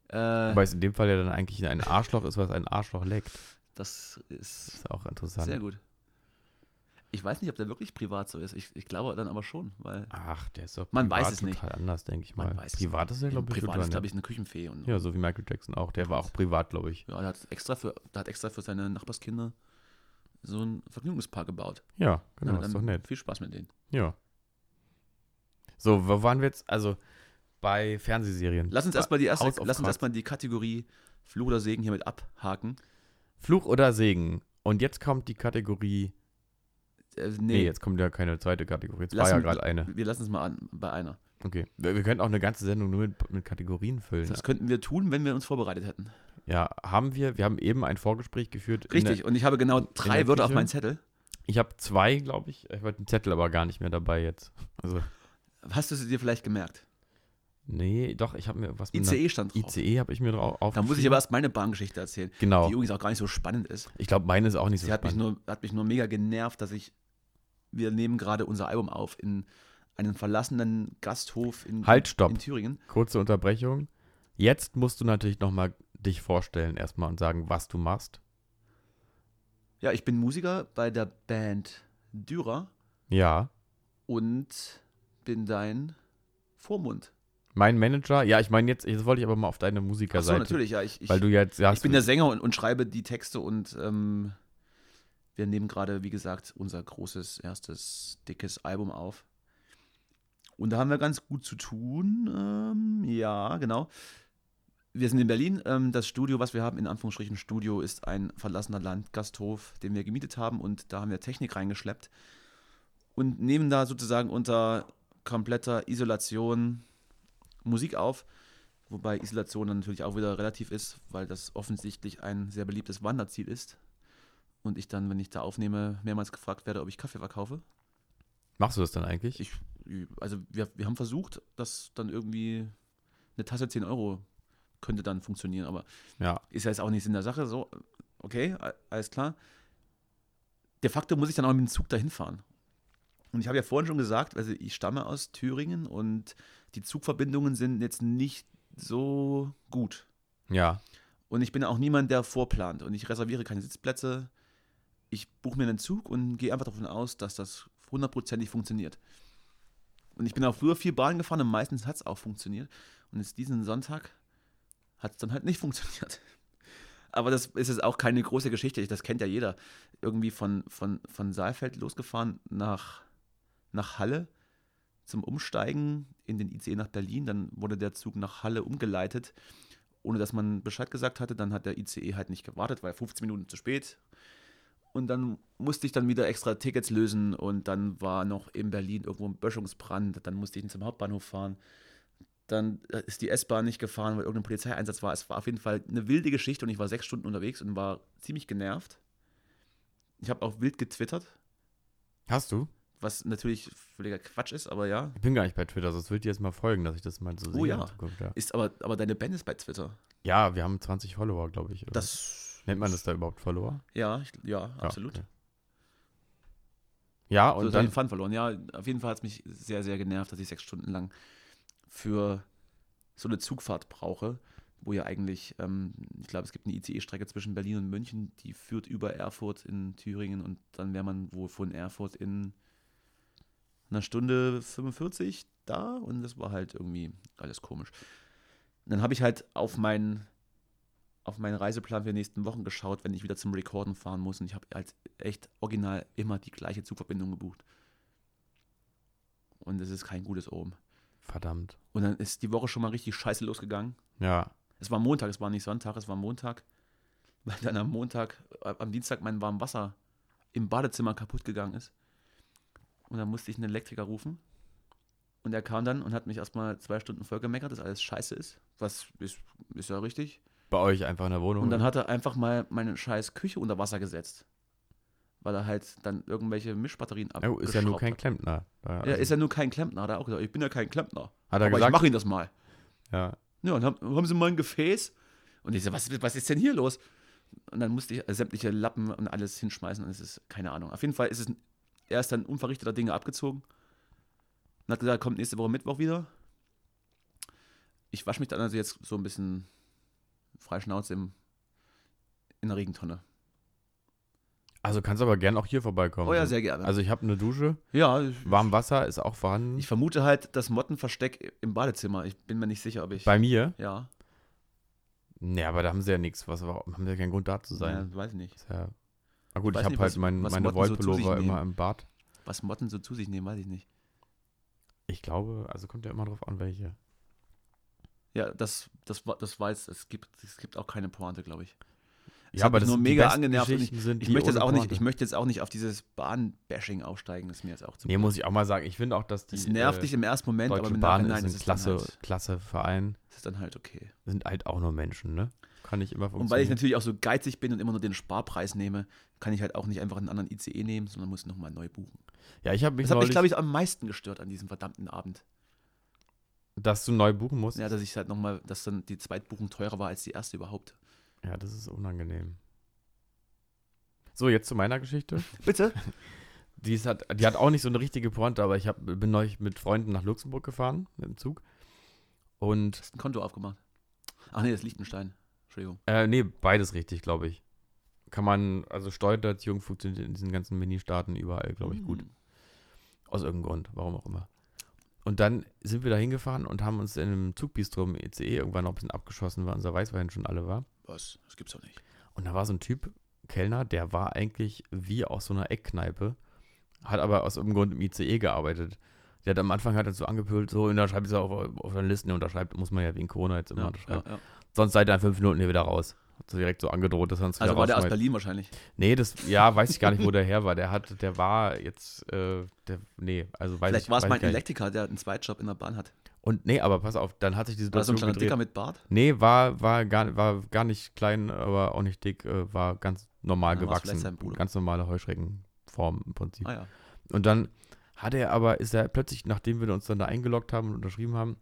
Speaker 3: Äh,
Speaker 2: Weil es in dem Fall ja dann eigentlich ein Arschloch ist, was ein Arschloch leckt.
Speaker 3: das ist
Speaker 2: Ist auch interessant.
Speaker 3: sehr gut. Ich weiß nicht, ob der wirklich privat so ist. Ich, ich glaube dann aber schon, weil
Speaker 2: Ach, der ist doch
Speaker 3: Man
Speaker 2: privat
Speaker 3: weiß es nicht.
Speaker 2: total anders, denke ich
Speaker 3: Man
Speaker 2: mal.
Speaker 3: weiß es
Speaker 2: privat ist er, glaube ich,
Speaker 3: privat
Speaker 2: total
Speaker 3: ist, glaube
Speaker 2: nett.
Speaker 3: ich, eine Küchenfee. Und,
Speaker 2: Ja, so wie Michael Jackson auch. Der war auch privat, glaube ich.
Speaker 3: Ja, der hat extra für, der hat extra für seine Nachbarskinder so einen Vergnügungspark gebaut.
Speaker 2: Ja, genau,
Speaker 3: Na,
Speaker 2: ist doch
Speaker 3: dann
Speaker 2: nett.
Speaker 3: Viel Spaß mit denen.
Speaker 2: Ja. So, wo waren wir jetzt? Also bei Fernsehserien.
Speaker 3: Lass uns erstmal die erste,
Speaker 2: House of
Speaker 3: lass uns
Speaker 2: Cards.
Speaker 3: erstmal die Kategorie Fluch oder Segen hiermit abhaken.
Speaker 2: Fluch oder Segen. Und jetzt kommt die Kategorie.
Speaker 3: Äh,
Speaker 2: Nee,
Speaker 3: nee,
Speaker 2: jetzt kommt ja keine zweite Kategorie. Jetzt
Speaker 3: Lass
Speaker 2: war ja
Speaker 3: uns-
Speaker 2: gerade eine.
Speaker 3: wir lassen es mal an bei einer.
Speaker 2: Okay. Wir, wir könnten auch eine ganze Sendung nur mit, mit Kategorien füllen.
Speaker 3: Das könnten wir tun, wenn wir uns vorbereitet hätten.
Speaker 2: Ja, haben wir. Wir haben eben ein Vorgespräch geführt. in
Speaker 3: Richtig,
Speaker 2: Der,
Speaker 3: und ich habe genau
Speaker 2: der
Speaker 3: drei Wörter auf
Speaker 2: Küche?
Speaker 3: meinen Zettel.
Speaker 2: ich habe zwei, glaube ich. Ich habe den Zettel aber gar nicht mehr dabei jetzt. Also,
Speaker 3: Hast du sie dir vielleicht gemerkt?
Speaker 2: nee, doch, ich habe mir was mit einer-
Speaker 3: ICE stand drauf.
Speaker 2: ICE habe ich mir drauf
Speaker 3: E Da muss ich aber erst meine Bahngeschichte erzählen,
Speaker 2: Genau.
Speaker 3: die übrigens auch gar nicht so spannend ist.
Speaker 2: Ich glaube, meine ist auch nicht so
Speaker 3: Sie hat mich,
Speaker 2: spannend.
Speaker 3: nur, hat mich nur mega genervt, dass ich, wir nehmen gerade unser Album auf in einem verlassenen Gasthof in,
Speaker 2: Halt, stopp.
Speaker 3: in Thüringen.
Speaker 2: Kurze Unterbrechung. Jetzt musst du natürlich nochmal dich vorstellen erstmal und sagen, was du machst.
Speaker 3: Ja, ich bin Musiker bei der Band Dürer
Speaker 2: Ja.
Speaker 3: und bin dein Vormund.
Speaker 2: Mein Manager, ja, ich meine jetzt, jetzt wollte ich aber mal auf deine
Speaker 3: Ach so,
Speaker 2: Musikerseite.
Speaker 3: natürlich, ja. Ich, ich,
Speaker 2: Weil du jetzt ja,
Speaker 3: ich
Speaker 2: hast,
Speaker 3: bin der Sänger und, und schreibe die Texte und ähm, wir nehmen gerade, wie gesagt, unser großes, erstes, dickes Album auf. Und da haben wir ganz gut zu tun. Ähm, ja, genau. Wir sind in Berlin. Ähm, das Studio, was wir haben, in Anführungsstrichen Studio, ist ein verlassener Landgasthof, den wir gemietet haben und da haben wir Technik reingeschleppt und nehmen da sozusagen unter kompletter Isolation Musik auf. Wobei Isolation dann natürlich auch wieder relativ ist, weil das offensichtlich ein sehr beliebtes Wanderziel ist. Und ich dann, wenn ich da aufnehme, mehrmals gefragt werde, ob ich Kaffee verkaufe.
Speaker 2: machst du das dann eigentlich?
Speaker 3: Ich, also wir, wir haben versucht, dass dann irgendwie eine Tasse 10 Euro könnte dann funktionieren, aber
Speaker 2: ja.
Speaker 3: ist ja jetzt auch nichts in der Sache. So, okay, a- alles klar. De facto muss ich dann auch mit dem Zug dahin fahren. Und ich habe ja vorhin schon gesagt, also ich stamme aus Thüringen und die Zugverbindungen sind jetzt nicht so gut.
Speaker 2: Ja.
Speaker 3: Und ich bin auch niemand, der vorplant. Und ich reserviere keine Sitzplätze. Ich buche mir einen Zug und gehe einfach davon aus, dass das hundertprozentig funktioniert. Und ich bin auch früher viel Bahn gefahren und meistens hat es auch funktioniert. Und jetzt diesen Sonntag hat es dann halt nicht funktioniert. Aber das ist jetzt auch keine große Geschichte. Das kennt ja jeder. Irgendwie von, von, von Saalfeld losgefahren nach, nach Halle zum Umsteigen in den ICE nach Berlin. Dann wurde der Zug nach Halle umgeleitet ohne dass man Bescheid gesagt hatte. Dann hat der ICE halt nicht gewartet, weil 15 Minuten zu spät. Und dann musste ich dann wieder extra Tickets lösen und dann war noch in Berlin irgendwo ein Böschungsbrand. Dann musste ich zum Hauptbahnhof fahren. Dann äh, ist die S-Bahn nicht gefahren, weil irgendein Polizeieinsatz war. Es war auf jeden Fall eine wilde Geschichte und ich war sechs Stunden unterwegs und war ziemlich genervt. Ich habe auch wild getwittert,
Speaker 2: Hast du?
Speaker 3: was natürlich völliger Quatsch ist, aber ja.
Speaker 2: Ich bin gar nicht bei Twitter, sonst würde dir jetzt mal folgen, dass ich das mal so
Speaker 3: Oh
Speaker 2: sehe
Speaker 3: ja.
Speaker 2: in Zukunft. Ja.
Speaker 3: Ist aber, aber deine Band ist bei Twitter.
Speaker 2: ja, wir haben 20 Follower, glaube ich. oder?
Speaker 3: Das.
Speaker 2: Nennt man das da überhaupt Follower?
Speaker 3: Ja, ich, ja,
Speaker 2: Ja,
Speaker 3: absolut.
Speaker 2: okay. Ja,
Speaker 3: Und
Speaker 2: und
Speaker 3: so dann
Speaker 2: dann
Speaker 3: den Fun verloren. Ja, auf jeden Fall hat es mich sehr, sehr genervt, dass ich sechs Stunden lang für so eine Zugfahrt brauche, wo ja eigentlich, ähm, ich glaube, es gibt eine ICE-Strecke zwischen Berlin und München, die führt über Erfurt in Thüringen und dann wäre man wohl von Erfurt in einer Stunde 45 da und das war halt irgendwie alles komisch. Und dann habe ich halt auf meinen auf meinen Reiseplan für die nächsten Wochen geschaut, wenn ich wieder zum Recorden fahren muss und ich habe halt echt original immer die gleiche Zugverbindung gebucht. Und es ist kein gutes Omen.
Speaker 2: verdammt.
Speaker 3: Und dann ist die Woche schon mal richtig scheiße losgegangen.
Speaker 2: Ja.
Speaker 3: Es war Montag, es war nicht Sonntag, es war Montag. Weil dann am Montag, äh, am Dienstag mein warmes Wasser im Badezimmer kaputt gegangen ist. Und dann musste ich einen Elektriker rufen. Und er kam dann und hat mich erstmal zwei Stunden voll gemeckert, dass alles scheiße ist. Was ist, ist ja richtig.
Speaker 2: Bei euch einfach in der Wohnung.
Speaker 3: Und dann hat er einfach mal meine scheiß Küche unter Wasser gesetzt. Weil er halt dann irgendwelche Mischbatterien
Speaker 2: ja, gut, Oh, ist ja nur
Speaker 3: abgeschraubt
Speaker 2: kein
Speaker 3: hat.
Speaker 2: Klempner. Da-
Speaker 3: Ja, ist ja nur kein Klempner, hat er auch gesagt. Ich bin ja kein Klempner.
Speaker 2: Hat er
Speaker 3: aber
Speaker 2: gesagt?
Speaker 3: ich mache ihn das mal.
Speaker 2: ja.
Speaker 3: Ja, und haben, haben sie mal ein Gefäß? Und ich so, was, was ist denn hier los? Und dann musste ich äh, sämtliche Lappen und alles hinschmeißen und es ist, keine Ahnung. Auf jeden Fall ist es, er ist dann unverrichteter Dinge abgezogen und hat gesagt, er kommt nächste Woche Mittwoch wieder. Ich wasche mich dann also jetzt so ein bisschen frei Schnauze im, in der Regentonne.
Speaker 2: Also kannst aber gern auch hier vorbeikommen.
Speaker 3: Oh ja, sehr gerne.
Speaker 2: Also ich habe eine Dusche,
Speaker 3: ja, ich,
Speaker 2: warm Wasser ist auch vorhanden.
Speaker 3: ich vermute halt das Mottenversteck im Badezimmer. Ich bin mir nicht sicher, ob ich.
Speaker 2: Bei mir?
Speaker 3: ja,
Speaker 2: Nee, aber da haben sie ja nichts. Was war, haben sie ja keinen Grund da zu sein.
Speaker 3: ja, weiß ich nicht.
Speaker 2: Ist ja. Na gut,
Speaker 3: Ich weiß
Speaker 2: ich habe
Speaker 3: nicht,
Speaker 2: halt
Speaker 3: was-
Speaker 2: mein,
Speaker 3: was
Speaker 2: meine
Speaker 3: Motten so zu sich
Speaker 2: Wollpullover immer
Speaker 3: nehmen.
Speaker 2: im Bad.
Speaker 3: Was Motten so zu sich nehmen, weiß ich nicht.
Speaker 2: Ich glaube, also kommt ja immer drauf an, welche.
Speaker 3: Ja, das, das, wa- das weiß, es gibt, es gibt auch keine Pointe, glaube ich. Es
Speaker 2: Ja,
Speaker 3: hat
Speaker 2: aber
Speaker 3: mich
Speaker 2: das
Speaker 3: nur
Speaker 2: sind
Speaker 3: mega
Speaker 2: die besten
Speaker 3: angenervt und
Speaker 2: Geschichten sind
Speaker 3: Ich
Speaker 2: die
Speaker 3: möchte, jetzt
Speaker 2: ohne
Speaker 3: auch nicht,
Speaker 2: Pointe.
Speaker 3: ich möchte jetzt auch nicht auf dieses Bahnbashing aufsteigen, das ist mir jetzt auch zu.
Speaker 2: Nee, muss ich auch mal sagen, ich finde auch, dass die
Speaker 3: das nervt
Speaker 2: äh,
Speaker 3: dich im ersten Moment, aber
Speaker 2: Deutsche
Speaker 3: im
Speaker 2: Bahn
Speaker 3: Nachhinein
Speaker 2: ist ein
Speaker 3: ist es, dann
Speaker 2: klasse,
Speaker 3: halt,
Speaker 2: klasse Verein.
Speaker 3: ist es dann halt okay.
Speaker 2: Sind halt auch nur Menschen, ne? Kann nicht immer
Speaker 3: Und weil ich
Speaker 2: funktionieren.
Speaker 3: natürlich auch so geizig bin und immer nur den Sparpreis nehme, kann ich halt auch nicht einfach einen anderen ICE nehmen, sondern muss nochmal neu buchen.
Speaker 2: ja, ich habe mich
Speaker 3: Das hat mich,
Speaker 2: neulich,
Speaker 3: glaube ich, am meisten gestört an diesem verdammten Abend.
Speaker 2: dass du neu buchen musst.
Speaker 3: Ja, dass ich halt nochmal, dass dann die Zweitbuchung teurer war als die erste überhaupt.
Speaker 2: Ja, das ist unangenehm. So, jetzt zu meiner Geschichte.
Speaker 3: Bitte?
Speaker 2: Die, ist hat, die hat auch nicht so eine richtige Pointe, aber ich hab, bin neulich mit Freunden nach Luxemburg gefahren, mit dem Zug. Und,
Speaker 3: Hast ein Konto aufgemacht. Ach nee, das ist Liechtenstein. Entschuldigung.
Speaker 2: äh, nee, beides richtig, glaube ich. Kann man, also Steuererziehung funktioniert in diesen ganzen Mini-Staaten überall, glaube ich,
Speaker 3: Hm,
Speaker 2: gut. Aus irgendeinem Grund, warum auch immer. Und dann sind wir da hingefahren und haben uns in einem Zugbistro im ECE E irgendwann noch ein bisschen abgeschossen, weil unser Weißwein schon alle war.
Speaker 3: Was? Das gibt's doch nicht.
Speaker 2: Und da war so ein Typ, Kellner, der war eigentlich wie aus so einer Eckkneipe, hat aber aus irgendeinem Grund im ICE gearbeitet. Der hat am Anfang halt so angepölt, so, und dann schreibt es auf, auf deine Listen, unterschreibt, muss man ja wegen Corona jetzt immer
Speaker 3: Ja,
Speaker 2: unterschreiben.
Speaker 3: ja, ja.
Speaker 2: Sonst seid ihr in fünf Minuten hier wieder raus. Hat so direkt so angedroht, dass er uns
Speaker 3: Also
Speaker 2: wieder
Speaker 3: war der aus
Speaker 2: rausschmeißt.
Speaker 3: Berlin wahrscheinlich.
Speaker 2: Nee, das, ja, weiß ich gar nicht, wo der her war. Der hat, der war jetzt, äh, der, nee, also weiß
Speaker 3: Vielleicht
Speaker 2: ich
Speaker 3: war es
Speaker 2: weiß
Speaker 3: mein
Speaker 2: ich gar nicht.
Speaker 3: Elektriker, der einen Zweitjob in der Bahn hat.
Speaker 2: Und nee, aber pass auf, dann hat sich die
Speaker 3: War das so
Speaker 2: Situation
Speaker 3: ein
Speaker 2: gedreht.
Speaker 3: kleiner Dicker mit Bart?
Speaker 2: Nee, war, war, gar, war gar nicht klein, aber auch nicht dick, äh, war ganz normal
Speaker 3: Dann war's
Speaker 2: gewachsen.
Speaker 3: vielleicht sein Bruder.
Speaker 2: Ganz normale Heuschreckenform im Prinzip.
Speaker 3: Ah ja.
Speaker 2: Und dann hat er aber, ist er plötzlich, nachdem wir uns dann da eingeloggt haben und unterschrieben haben,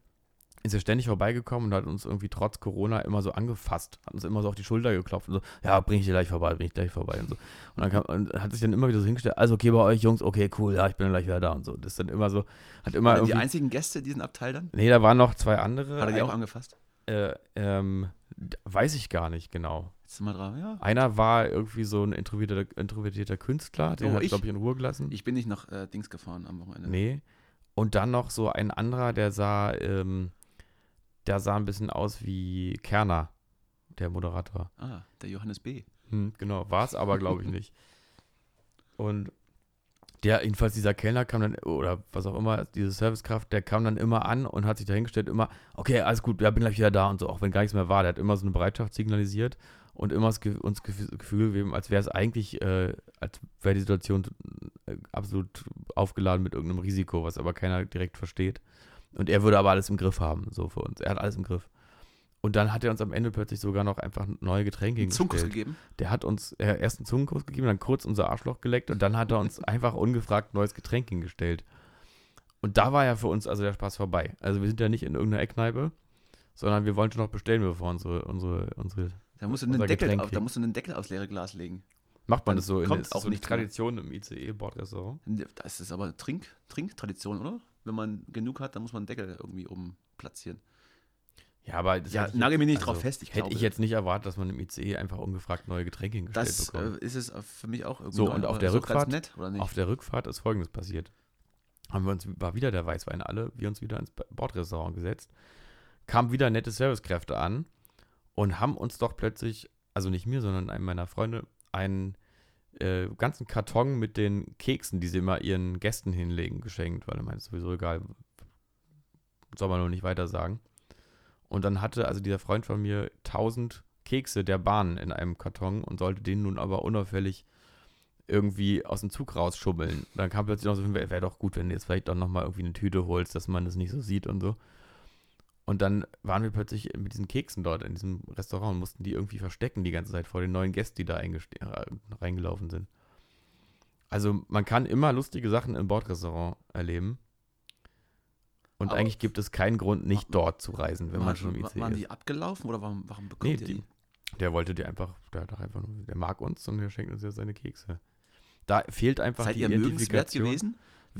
Speaker 2: ist er ständig vorbeigekommen und hat uns irgendwie trotz Corona immer so angefasst, hat uns immer so auf die Schulter geklopft und so, ja, bring ich dir gleich vorbei, bring ich gleich vorbei und so. Und dann kam, und hat sich dann immer wieder so hingestellt, also okay, bei euch Jungs, okay, cool, ja, ich bin gleich wieder da und so. Das ist dann immer so, hat immer
Speaker 3: Waren die
Speaker 2: irgendwie,
Speaker 3: einzigen Gäste in diesem Abteil dann?
Speaker 2: nee, da waren noch zwei andere.
Speaker 3: Hat er die
Speaker 2: Ein-
Speaker 3: auch angefasst?
Speaker 2: äh, ähm, d- weiß ich gar nicht genau.
Speaker 3: Jetzt mal dran, ja.
Speaker 2: Einer war irgendwie so ein introvertierter, introvertierter Künstler, den
Speaker 3: Oh,
Speaker 2: hat
Speaker 3: ich?
Speaker 2: glaube ich in Ruhe gelassen.
Speaker 3: Ich bin nicht nach äh, Dings gefahren am Wochenende.
Speaker 2: nee. Und dann noch so ein anderer, der sah, ähm, der sah ein bisschen aus wie Kerner, der Moderator.
Speaker 3: Ah, der Johannes B.
Speaker 2: Hm, genau, war es aber glaube ich nicht. Und der, jedenfalls dieser Kellner kam dann, oder was auch immer, diese Servicekraft, der kam dann immer an und hat sich dahingestellt, immer, okay, alles gut, ja, bin gleich wieder da und so, auch wenn gar nichts mehr war. Der hat immer so eine Bereitschaft signalisiert und immer das Ge- uns Gef- Gefühl gegeben, als wäre es eigentlich, äh, als wäre die Situation äh, absolut aufgeladen mit irgendeinem Risiko, was aber keiner direkt versteht. Und er würde aber alles im Griff haben, so für uns. Er hat alles im Griff. Und dann hat er uns am Ende plötzlich sogar noch einfach neue Getränke
Speaker 3: Einen Zunkus
Speaker 2: hingestellt.
Speaker 3: gegeben.
Speaker 2: Der hat uns äh, erst einen Zungenkuss gegeben, dann kurz unser Arschloch geleckt und dann hat er uns einfach ungefragt neues Getränk hingestellt. Und da war ja für uns also der Spaß vorbei. Also wir sind ja nicht in irgendeiner Eckkneipe, sondern wir wollten schon noch bestellen, bevor unsere, unsere, unsere.
Speaker 3: Da musst, du
Speaker 2: Unser
Speaker 3: einen Deckel
Speaker 2: Getränk
Speaker 3: auf, da
Speaker 2: kriegen.
Speaker 3: musst du einen Deckel aufs leere Glas legen.
Speaker 2: Macht man
Speaker 3: Dann
Speaker 2: das so in
Speaker 3: kommt
Speaker 2: ist
Speaker 3: auch
Speaker 2: so eine
Speaker 3: nichts mehr.
Speaker 2: Tradition im E ICE-Bordrestaurant?
Speaker 3: Das ist aber Trink, Trinktradition, oder? Wenn man genug hat, dann muss man einen Deckel irgendwie oben platzieren.
Speaker 2: Ja, aber das
Speaker 3: Ja,
Speaker 2: hätte ich
Speaker 3: nagel
Speaker 2: jetzt- also
Speaker 3: mich nicht drauf fest, ich
Speaker 2: hätte
Speaker 3: glaube.
Speaker 2: ich jetzt nicht erwartet, dass man im ICE einfach ungefragt neue Getränke hingestellt
Speaker 3: Das
Speaker 2: bekommt.
Speaker 3: äh, ist es für mich auch irgendwie.
Speaker 2: So,
Speaker 3: neu,
Speaker 2: und auf
Speaker 3: aber
Speaker 2: der
Speaker 3: ist doch
Speaker 2: Rückfahrt-
Speaker 3: Ganz nett, oder nicht?
Speaker 2: Auf der Rückfahrt ist Folgendes passiert. Haben wir uns, war wieder der Weißwein alle, wir uns wieder ins Bordrestaurant gesetzt, kamen wieder nette Servicekräfte an und haben uns doch plötzlich, also nicht mir, sondern einem meiner Freunde, einen äh, ganzen Karton mit den Keksen, die sie immer ihren Gästen hinlegen, geschenkt, weil er meinte, sowieso egal, soll man noch nicht weiter sagen. Und dann hatte also dieser Freund von mir 1000 Kekse der Bahn in einem Karton und sollte den nun aber unauffällig irgendwie aus dem Zug rausschummeln. Dann kam plötzlich noch so, wäre wär doch gut, wenn du jetzt vielleicht doch nochmal irgendwie eine Tüte holst, dass man das nicht so sieht und so. Und dann waren wir plötzlich mit diesen Keksen dort in diesem Restaurant und mussten die irgendwie verstecken die ganze Zeit vor den neuen Gästen, die da eingeste- äh, reingelaufen sind. Also man kann immer lustige Sachen im Bordrestaurant erleben. Und
Speaker 3: Aber-
Speaker 2: eigentlich gibt es keinen Grund, nicht dort zu reisen, wenn man schon im ICE
Speaker 3: Waren
Speaker 2: ist.
Speaker 3: die abgelaufen oder warum, warum
Speaker 2: Nee,
Speaker 3: bekommt ihr
Speaker 2: die,
Speaker 3: die?
Speaker 2: der wollte dir einfach, der, hat doch einfach nur, der mag uns und der schenkt uns ja seine Kekse. Da fehlt einfach
Speaker 3: Seid
Speaker 2: die
Speaker 3: ihr mögenswert
Speaker 2: Identifikation. Hm.
Speaker 3: gewesen?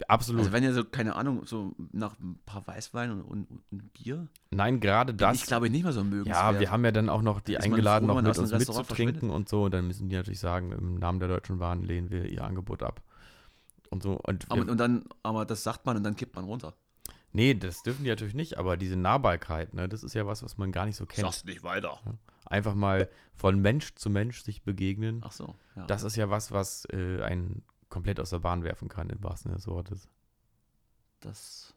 Speaker 2: Absolut.
Speaker 3: Also wenn ihr so, keine Ahnung, so nach ein paar Weißwein und, und, und Bier,
Speaker 2: Nein, gerade
Speaker 3: bin
Speaker 2: das.
Speaker 3: ich glaube ich nicht mal so mögenswert.
Speaker 2: Ja, wir haben ja dann auch noch die
Speaker 3: Ist man
Speaker 2: eingeladen,
Speaker 3: froh,
Speaker 2: noch
Speaker 3: wenn
Speaker 2: mit
Speaker 3: man aus dem
Speaker 2: uns
Speaker 3: Restaurant
Speaker 2: mitzutrinken und so. Und dann müssen die natürlich sagen, im Namen der Deutschen Bahn lehnen wir ihr Angebot ab. Und so. Und wir,
Speaker 3: aber, und dann, aber das sagt man und dann kippt man runter.
Speaker 2: nee, das dürfen die natürlich nicht, aber diese Nahbarkeit, ne, das ist ja was, was man gar nicht so kennt.
Speaker 3: Sagst nicht weiter.
Speaker 2: Einfach mal von Mensch zu Mensch sich begegnen.
Speaker 3: Ach so. Ja.
Speaker 2: Das ist ja was, was äh, einen komplett aus der Bahn werfen kann, im wahrsten Sinne des Wortes.
Speaker 3: Das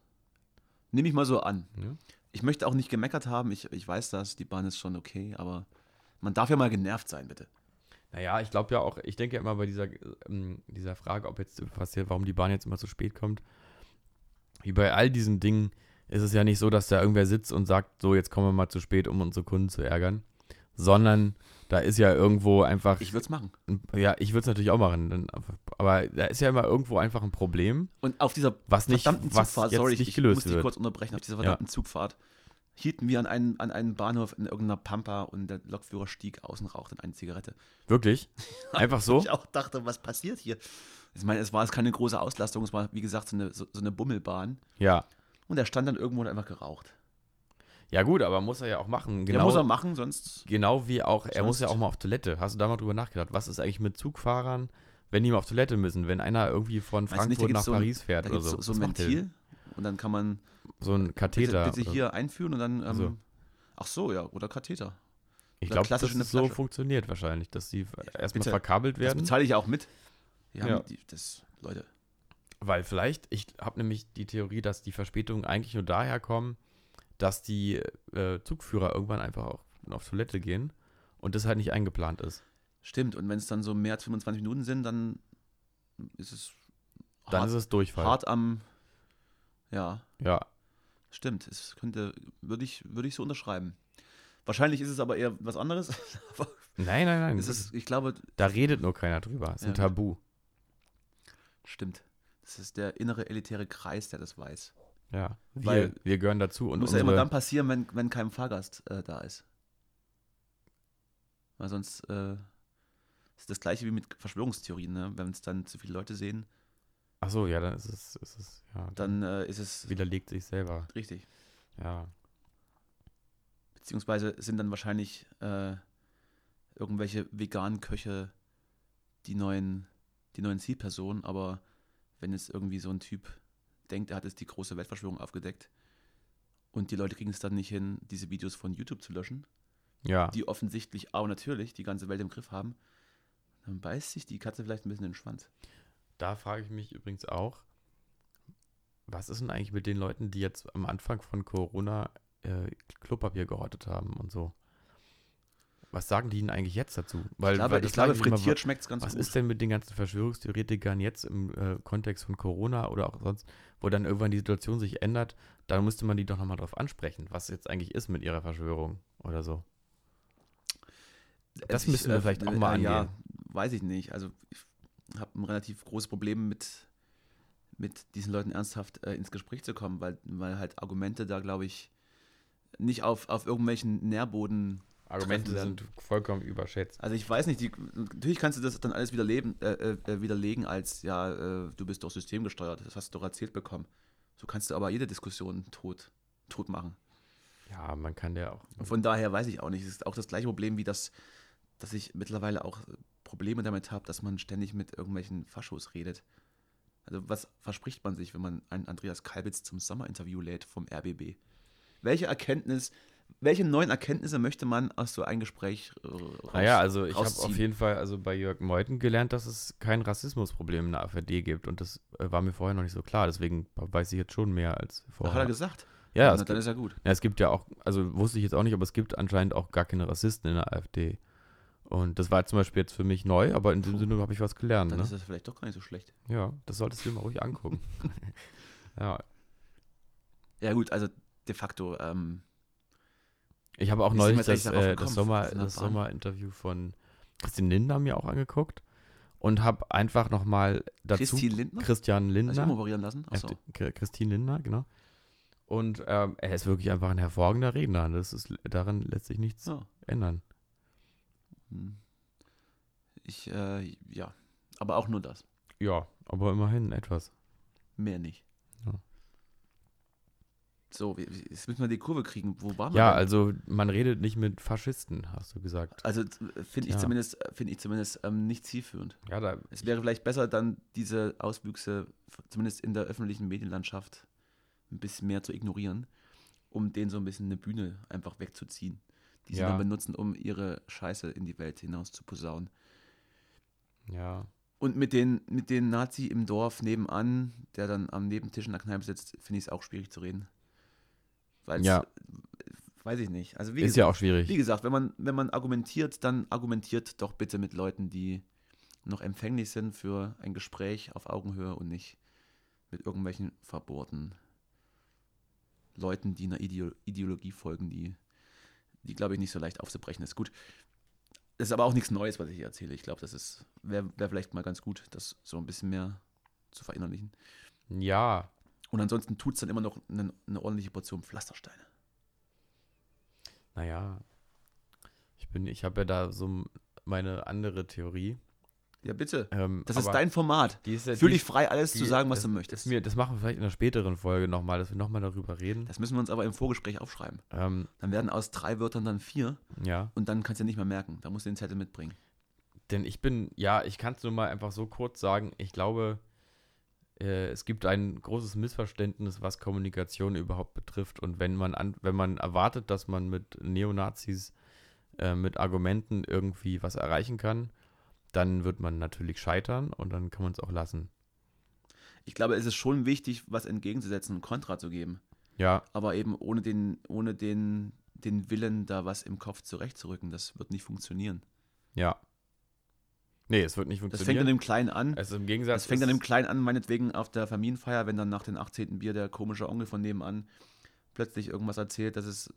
Speaker 3: nehme ich mal so an.
Speaker 2: Ja.
Speaker 3: Ich möchte auch nicht gemeckert haben. Ich, ich weiß das, die Bahn ist schon okay, aber man darf ja mal genervt sein, bitte.
Speaker 2: Naja, ich glaube ja auch, ich denke ja immer bei dieser, ähm, dieser Frage, ob jetzt passiert, warum die Bahn jetzt immer zu spät kommt. Wie bei all diesen Dingen ist es ja nicht so, dass da irgendwer sitzt und sagt, so, jetzt kommen wir mal zu spät, um unsere Kunden zu ärgern. Sondern da ist ja irgendwo einfach,
Speaker 3: Ich würde es machen.
Speaker 2: ja, ich würde es natürlich auch machen, dann, aber da ist ja immer irgendwo einfach ein Problem,
Speaker 3: Und auf dieser
Speaker 2: was nicht,
Speaker 3: verdammten
Speaker 2: was
Speaker 3: Zugfahrt,
Speaker 2: jetzt
Speaker 3: sorry,
Speaker 2: nicht
Speaker 3: ich, ich muss
Speaker 2: gelöst
Speaker 3: dich
Speaker 2: wird.
Speaker 3: kurz unterbrechen, auf dieser verdammten Zugfahrt hielten wir an einem, an einem Bahnhof in irgendeiner Pampa und der Lokführer stieg aus und rauchte eine Zigarette.
Speaker 2: Wirklich? Einfach so?
Speaker 3: Ich auch dachte, was passiert hier? Ich meine, es war jetzt keine große Auslastung, es war, wie gesagt, so eine, so, so eine Bummelbahn.
Speaker 2: Ja.
Speaker 3: Und er stand dann irgendwo und hat einfach geraucht.
Speaker 2: Ja gut, aber muss er ja auch machen.
Speaker 3: Genau. Ja, muss er machen, sonst
Speaker 2: Genau wie auch, er muss ja
Speaker 3: Sonst-
Speaker 2: auch mal auf Toilette. Hast du da mal drüber nachgedacht? Was ist eigentlich mit Zugfahrern, wenn die mal auf Toilette müssen? Wenn einer irgendwie von
Speaker 3: Weißt du nicht, da
Speaker 2: Frankfurt
Speaker 3: gibt's
Speaker 2: nach
Speaker 3: so ein-
Speaker 2: Paris fährt
Speaker 3: da
Speaker 2: oder
Speaker 3: gibt's
Speaker 2: so?
Speaker 3: so, so ein
Speaker 2: Was macht der denn?
Speaker 3: Ventil und dann kann man
Speaker 2: So ein Katheter.
Speaker 3: bitte, bitte
Speaker 2: oder-
Speaker 3: hier einführen und dann. Ähm,
Speaker 2: So.
Speaker 3: Ach so, ja, oder Katheter.
Speaker 2: ich
Speaker 3: oder
Speaker 2: glaube, das
Speaker 3: klassisch eine
Speaker 2: ist so
Speaker 3: Flasche.
Speaker 2: funktioniert wahrscheinlich, dass die erstmal
Speaker 3: Bitte.
Speaker 2: verkabelt
Speaker 3: Das
Speaker 2: werden.
Speaker 3: bezahle ich ja auch mit. Wir haben
Speaker 2: Ja.
Speaker 3: die, das, Leute.
Speaker 2: Weil vielleicht, ich habe nämlich die Theorie, dass die Verspätungen eigentlich nur daher kommen, dass die äh, Zugführer irgendwann einfach auch auf Toilette gehen und das halt nicht eingeplant ist.
Speaker 3: Stimmt, und wenn es dann so mehr als 25 Minuten sind, dann ist es
Speaker 2: Dann
Speaker 3: hart,
Speaker 2: ist es Durchfall.
Speaker 3: hart am. Ja,
Speaker 2: Ja,
Speaker 3: stimmt. Es könnte, würde ich, würde ich so unterschreiben. Wahrscheinlich ist es aber eher was anderes. aber
Speaker 2: Nein, nein, nein.
Speaker 3: es ist, ich glaube,
Speaker 2: da redet nur keiner drüber. Es ist
Speaker 3: Ja,
Speaker 2: ein Tabu.
Speaker 3: gut. stimmt. Das ist der innere elitäre Kreis, der das weiß.
Speaker 2: Ja. Wir,
Speaker 3: Weil-
Speaker 2: wir gehören dazu. Und
Speaker 3: Muss ja
Speaker 2: unsere,
Speaker 3: immer dann passieren, wenn, wenn kein Fahrgast äh, da ist. Weil sonst äh, ist das gleiche wie mit Verschwörungstheorien. Ne? Wenn es dann zu viele Leute sehen,
Speaker 2: Ach so, ja, dann ist es, ist es ja, dann
Speaker 3: dann äh, ist es
Speaker 2: widerlegt sich selber.
Speaker 3: richtig.
Speaker 2: Ja.
Speaker 3: Beziehungsweise sind dann wahrscheinlich äh, irgendwelche veganen Köche die neuen, die neuen Zielpersonen. Aber wenn jetzt irgendwie so ein Typ denkt, er hat jetzt die große Weltverschwörung aufgedeckt und die Leute kriegen es dann nicht hin, diese Videos von YouTube zu löschen,
Speaker 2: Ja.
Speaker 3: die offensichtlich auch natürlich die ganze Welt im Griff haben, dann beißt sich die Katze vielleicht ein bisschen in den Schwanz.
Speaker 2: da frage ich mich übrigens auch, was ist denn eigentlich mit den Leuten, die jetzt am Anfang von Corona äh, Klopapier gehortet haben und so? Was sagen die denn eigentlich jetzt dazu? Weil,
Speaker 3: Ich glaube,
Speaker 2: weil
Speaker 3: ich
Speaker 2: das
Speaker 3: glaube
Speaker 2: sage
Speaker 3: frittiert
Speaker 2: immer,
Speaker 3: schmeckt es ganz
Speaker 2: was
Speaker 3: gut.
Speaker 2: ist denn mit den ganzen Verschwörungstheoretikern jetzt im äh, Kontext von Corona oder auch sonst, wo dann irgendwann die Situation sich ändert? Da müsste man die doch nochmal drauf ansprechen, was jetzt eigentlich ist mit ihrer Verschwörung oder so. das müssen wir vielleicht auch mal
Speaker 3: äh, Ja,
Speaker 2: angehen.
Speaker 3: weiß ich nicht. Also ich habe ein relativ großes Problem mit, mit diesen Leuten ernsthaft äh, ins Gespräch zu kommen, weil, weil halt Argumente da, glaube ich, nicht auf, auf irgendwelchen Nährboden.
Speaker 2: Argumente
Speaker 3: Treffen
Speaker 2: sind vollkommen überschätzt.
Speaker 3: Also ich weiß nicht, die, natürlich kannst du das dann alles widerleben, äh, äh, widerlegen als, ja, äh, du bist doch systemgesteuert, das hast du doch erzählt bekommen. So kannst du aber jede Diskussion tot, tot machen.
Speaker 2: Ja, man kann der auch.
Speaker 3: Und Von daher weiß ich auch nicht. Es ist auch das gleiche Problem, wie das, dass ich mittlerweile auch Probleme damit habe, dass man ständig mit irgendwelchen Faschos redet. Also, was verspricht man sich, wenn man einen Andreas Kalbitz zum Sommerinterview lädt vom RBB? Welche Erkenntnis, welche neuen Erkenntnisse möchte man aus so einem Gespräch äh, raus,
Speaker 2: Naja, also ich habe
Speaker 3: rausziehen?
Speaker 2: auf jeden Fall also bei Jörg Meuthen gelernt, dass es kein Rassismusproblem in der AfD gibt. Und das äh, war mir vorher noch nicht so klar. Deswegen weiß ich jetzt schon mehr als
Speaker 3: Ach, Hat er
Speaker 2: vorher.
Speaker 3: gesagt?
Speaker 2: ja,
Speaker 3: Na,
Speaker 2: es
Speaker 3: dann
Speaker 2: gibt,
Speaker 3: ist ja gut.
Speaker 2: ja, es gibt ja auch, also wusste ich jetzt auch nicht, aber es gibt anscheinend auch gar keine Rassisten in der AfD. Und das war zum Beispiel jetzt für mich neu, aber in dem
Speaker 3: Puh.
Speaker 2: Sinne habe ich was gelernt.
Speaker 3: Dann
Speaker 2: Ne?
Speaker 3: ist das vielleicht doch gar nicht so schlecht.
Speaker 2: Ja, das solltest du dir mal ruhig angucken. ja,
Speaker 3: Ja, gut, also de facto ähm,
Speaker 2: Ich habe auch
Speaker 3: Ist
Speaker 2: neulich
Speaker 3: jemand
Speaker 2: das,
Speaker 3: richtig darauf
Speaker 2: äh, das,
Speaker 3: gekommen?
Speaker 2: Sommer,
Speaker 3: Ist
Speaker 2: das
Speaker 3: das Wahnsinn?
Speaker 2: Sommerinterview von Christine Lindner mir auch angeguckt und habe einfach nochmal dazu
Speaker 3: Christine Lindner?
Speaker 2: Christian
Speaker 3: Hast du
Speaker 2: Lindner,
Speaker 3: operieren lassen? Achso.
Speaker 2: FD K- Christine Lindner, genau. Und ähm, er ist wirklich einfach ein hervorragender Redner. Das ist, daran lässt sich nichts
Speaker 3: Ja.
Speaker 2: ändern.
Speaker 3: Hm. Ich, äh, ja. Aber auch nur das.
Speaker 2: Ja, aber immerhin etwas.
Speaker 3: Mehr nicht.
Speaker 2: Ja.
Speaker 3: So, wie- wie- jetzt müssen wir die Kurve kriegen. Wo waren wir?
Speaker 2: Ja,
Speaker 3: denn?
Speaker 2: also man redet nicht mit Faschisten, hast du gesagt.
Speaker 3: Also äh, finde ich
Speaker 2: Ja.
Speaker 3: zumindest, finde ich zumindest ähm, nicht zielführend.
Speaker 2: Ja, da,
Speaker 3: Es wäre vielleicht besser, dann diese Auswüchse, f- zumindest in der öffentlichen Medienlandschaft, ein bisschen mehr zu ignorieren, um denen so ein bisschen eine Bühne einfach wegzuziehen, die sie
Speaker 2: Ja.
Speaker 3: dann benutzen, um ihre Scheiße in die Welt hinaus zu posaunen.
Speaker 2: ja.
Speaker 3: Und mit den, mit den Nazi im Dorf nebenan, der dann am Nebentisch in der Kneipe sitzt, finde ich es auch schwierig zu reden. Weil
Speaker 2: Ja.
Speaker 3: weiß ich nicht. Also wie
Speaker 2: Ist
Speaker 3: gesagt,
Speaker 2: ja auch schwierig.
Speaker 3: wie gesagt, wenn man, wenn man argumentiert, dann argumentiert doch bitte mit Leuten, die noch empfänglich sind für ein Gespräch auf Augenhöhe und nicht mit irgendwelchen verbohrten Leuten, die einer Ideo Ideologie folgen, die, die glaube ich, nicht so leicht aufzubrechen ist. Gut, das ist aber auch nichts Neues, was ich hier erzähle. Ich glaube, das ist wäre wär vielleicht mal ganz gut, das so ein bisschen mehr zu verinnerlichen.
Speaker 2: Ja,
Speaker 3: Und ansonsten tut es dann immer noch eine, eine ordentliche Portion Pflastersteine.
Speaker 2: naja. Ich bin, ich habe ja da so m- meine andere Theorie.
Speaker 3: Ja, bitte.
Speaker 2: Ähm,
Speaker 3: Das ist
Speaker 2: aber
Speaker 3: dein Format.
Speaker 2: Die ist ja,
Speaker 3: Fühl
Speaker 2: Äh, die-
Speaker 3: dich frei, alles zu
Speaker 2: die-
Speaker 3: sagen, was
Speaker 2: das-
Speaker 3: du möchtest.
Speaker 2: Ist mir, das machen wir vielleicht in einer späteren Folge nochmal, dass wir nochmal darüber reden.
Speaker 3: Das müssen wir uns aber im Vorgespräch aufschreiben.
Speaker 2: Ähm,
Speaker 3: Dann werden aus drei Wörtern dann vier
Speaker 2: ja,
Speaker 3: und dann kannst du nicht mehr merken. Da musst du den Zettel mitbringen.
Speaker 2: denn ich bin, ja, ich kann es nur mal einfach so kurz sagen. Ich glaube, äh, es gibt ein großes Missverständnis, was Kommunikation überhaupt betrifft. Und wenn man, an, wenn man erwartet, dass man mit Neonazis äh, mit Argumenten irgendwie was erreichen kann, dann wird man natürlich scheitern und dann kann man es auch lassen.
Speaker 3: Ich glaube, es ist schon wichtig, was entgegenzusetzen und Kontra zu geben.
Speaker 2: Ja,
Speaker 3: Aber eben ohne den, ohne den, den Willen, da was im Kopf zurechtzurücken, das wird nicht funktionieren.
Speaker 2: ja. Nee, es wird nicht
Speaker 3: Das fängt
Speaker 2: funktionieren.
Speaker 3: an im Kleinen an.
Speaker 2: also im Gegensatz.
Speaker 3: Das fängt an
Speaker 2: ist-
Speaker 3: im Kleinen an, meinetwegen auf der Familienfeier, wenn dann nach dem 18. Bier der komische Onkel von nebenan plötzlich irgendwas erzählt, das ist,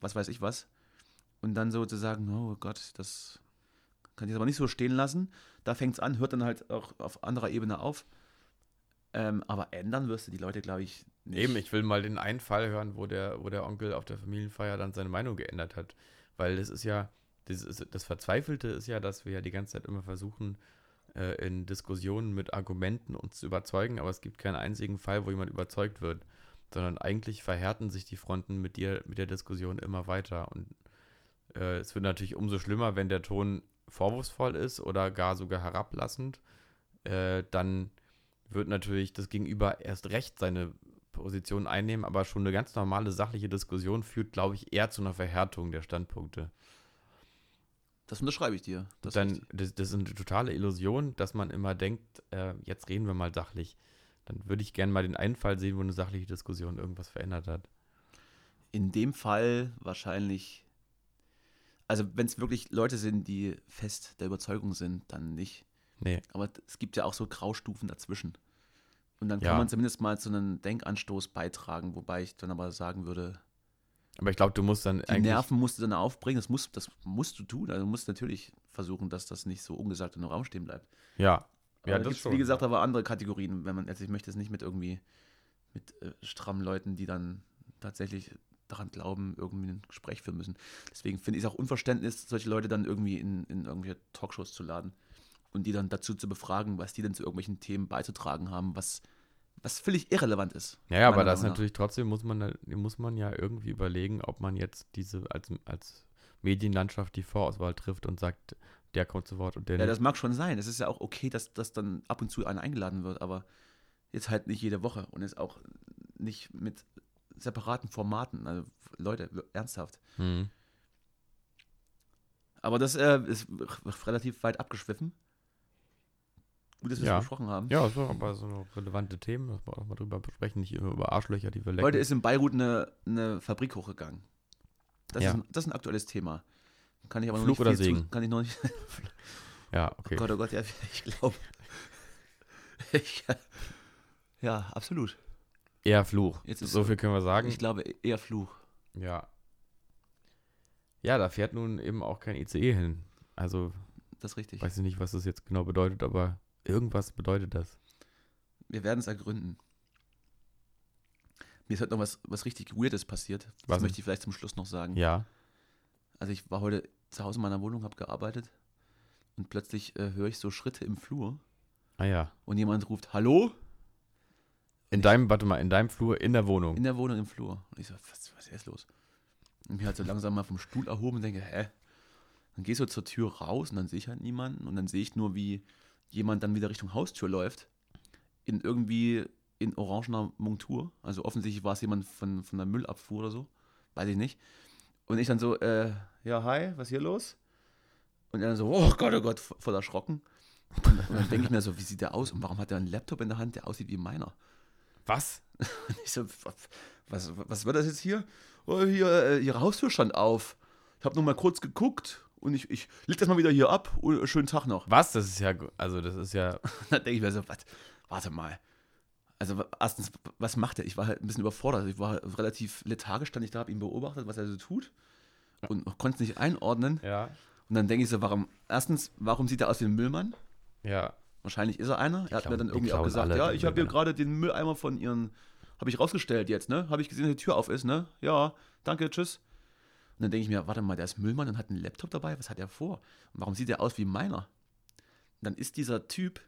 Speaker 3: was weiß ich was. Und dann so zu sagen, oh Gott, das kann ich jetzt aber nicht so stehen lassen. Da fängt es an, hört dann halt auch auf anderer Ebene auf. Ähm, aber ändern wirst du die Leute, glaube ich, nicht.
Speaker 2: Eben, ich will mal den einen Fall hören, wo der, wo der Onkel auf der Familienfeier dann seine Meinung geändert hat. Weil das ist ja, das, ist, das Verzweifelte ist ja, dass wir ja die ganze Zeit immer versuchen, äh, in Diskussionen mit Argumenten uns zu überzeugen, aber es gibt keinen einzigen Fall, wo jemand überzeugt wird. Sondern eigentlich verhärten sich die Fronten mit dir, mit der Diskussion immer weiter. Und äh, es wird natürlich umso schlimmer, wenn der Ton vorwurfsvoll ist oder gar sogar herablassend. Äh, dann wird natürlich das Gegenüber erst recht seine Position einnehmen, aber schon eine ganz normale sachliche Diskussion führt, glaube ich, eher zu einer Verhärtung der Standpunkte.
Speaker 3: Das unterschreibe ich dir. Das ist
Speaker 2: Dann,
Speaker 3: richtig.
Speaker 2: das, das ist eine totale Illusion, dass man immer denkt, äh, jetzt reden wir mal sachlich. Dann würde ich gerne mal den einen Fall sehen, wo eine sachliche Diskussion irgendwas verändert hat.
Speaker 3: In dem Fall wahrscheinlich, also wenn es wirklich Leute sind, die fest der Überzeugung sind, dann nicht.
Speaker 2: Nee,
Speaker 3: Aber es gibt ja auch so Graustufen dazwischen. Und dann kann
Speaker 2: Ja.
Speaker 3: man zumindest mal zu einem Denkanstoß beitragen, wobei ich dann aber sagen würde,
Speaker 2: aber ich glaube, du musst dann
Speaker 3: die
Speaker 2: eigentlich.
Speaker 3: Nerven musst du dann aufbringen, das, musst, das musst du tun. Also du musst natürlich versuchen, dass das nicht so ungesagt im Raum stehen bleibt.
Speaker 2: Ja, ja
Speaker 3: Aber da
Speaker 2: das
Speaker 3: gibt's,
Speaker 2: schon.
Speaker 3: Wie gesagt, aber andere Kategorien, wenn man, also ich möchte es nicht mit irgendwie, mit äh, strammen Leuten, die dann tatsächlich daran glauben, irgendwie ein Gespräch führen müssen. Deswegen finde ich es auch Unverständnis, solche Leute dann irgendwie in, in irgendwelche Talkshows zu laden und die dann dazu zu befragen, was die denn zu irgendwelchen Themen beizutragen haben, was, was völlig irrelevant ist.
Speaker 2: Ja, ja, aber
Speaker 3: meiner
Speaker 2: das
Speaker 3: Meinung nach.
Speaker 2: natürlich trotzdem muss man da- muss man ja irgendwie überlegen, ob man jetzt diese als, als Medienlandschaft die Vorauswahl trifft und sagt, der kommt zu Wort und der
Speaker 3: Ja,
Speaker 2: nicht.
Speaker 3: das mag schon sein. Es ist ja auch okay, dass, dass dann ab und zu einer eingeladen wird, aber jetzt halt nicht jede Woche und jetzt auch nicht mit separaten Formaten. Also, Leute, wir- ernsthaft.
Speaker 2: Hm.
Speaker 3: Aber das äh, ist r- relativ weit abgeschwiffen. Gut, dass wir es
Speaker 2: Ja.
Speaker 3: besprochen haben.
Speaker 2: Ja, so, aber so relevante Themen, dass wir auch mal drüber besprechen, nicht immer über Arschlöcher, die wir lecken.
Speaker 3: Heute ist in Beirut eine, eine Fabrik hochgegangen. Das,
Speaker 2: Ja.
Speaker 3: ist ein, das ist ein aktuelles Thema. Kann ich aber noch
Speaker 2: Flug
Speaker 3: nicht
Speaker 2: oder
Speaker 3: viel zu-
Speaker 2: Segen?
Speaker 3: Kann ich noch nicht.
Speaker 2: ja, okay.
Speaker 3: Oh Gott, oh Gott, ja, ich glaube. Ich, ja, absolut.
Speaker 2: Eher Fluch.
Speaker 3: Jetzt ist-
Speaker 2: so viel können wir sagen.
Speaker 3: Ich glaube eher Fluch.
Speaker 2: ja. Ja, da fährt nun eben auch kein ICE hin. Also
Speaker 3: Das ist richtig.
Speaker 2: weiß ich nicht, was das jetzt genau bedeutet, aber irgendwas bedeutet das.
Speaker 3: Wir werden es ergründen. Mir ist heute noch was, was richtig Weirdes passiert. Das
Speaker 2: Was
Speaker 3: möchte ich vielleicht zum Schluss noch sagen.
Speaker 2: Ja.
Speaker 3: Also ich war heute zu Hause in meiner Wohnung, habe gearbeitet und plötzlich äh, höre ich so Schritte im Flur
Speaker 2: Ah ja.
Speaker 3: und jemand ruft Hallo
Speaker 2: In deinem, warte mal, in deinem Flur, in der Wohnung.
Speaker 3: in der Wohnung im Flur. Und ich so, was, was ist jetzt los? Und mich halt so langsam mal vom Stuhl erhoben und denke, hä? Dann gehst du zur Tür raus und dann sehe ich halt niemanden und dann sehe ich nur, wie jemand dann wieder Richtung Haustür läuft in irgendwie in orangener Montur. Also offensichtlich war es jemand von, von der Müllabfuhr oder so. Weiß ich nicht. Und ich dann so, äh, ja, hi, was hier los? Und er dann so, oh Gott, oh Gott, vo- voll erschrocken. Und dann denke ich mir so, wie sieht der aus? Und warum hat er einen Laptop in der Hand, der aussieht wie meiner?
Speaker 2: Was?
Speaker 3: Und ich so, was, was war das jetzt hier? Oh, hier, äh, ihre Haustür stand auf. Ich habe nur mal kurz geguckt und ich, ich leg das mal wieder hier ab und äh, schönen Tag noch.
Speaker 2: Was? Das ist ja, also das ist ja,
Speaker 3: Da denke ich mir so, was, warte mal. Also wa- erstens, was macht er? Ich war halt ein bisschen überfordert. Also Ich war relativ lethargisch, stand ich da, habe ihn beobachtet, was er so tut und konnte es nicht einordnen.
Speaker 2: ja,
Speaker 3: Und dann denke ich so, warum, erstens, warum sieht er aus wie ein Müllmann?
Speaker 2: ja.
Speaker 3: Wahrscheinlich ist er einer. Er hat
Speaker 2: klauen-
Speaker 3: mir dann
Speaker 2: die
Speaker 3: irgendwie auch
Speaker 2: klauen
Speaker 3: gesagt,
Speaker 2: alle
Speaker 3: ja,
Speaker 2: den ne?
Speaker 3: ich habe hier
Speaker 2: Müll, ja.
Speaker 3: gerade den Mülleimer von ihren, habe ich rausgestellt jetzt, ne? Habe ich gesehen, dass die Tür auf ist, ne? Ja, danke, tschüss. Und dann denke ich mir, warte mal, der ist Müllmann und hat einen Laptop dabei, was hat er vor? Und warum sieht er aus wie meiner? Und dann ist dieser Typ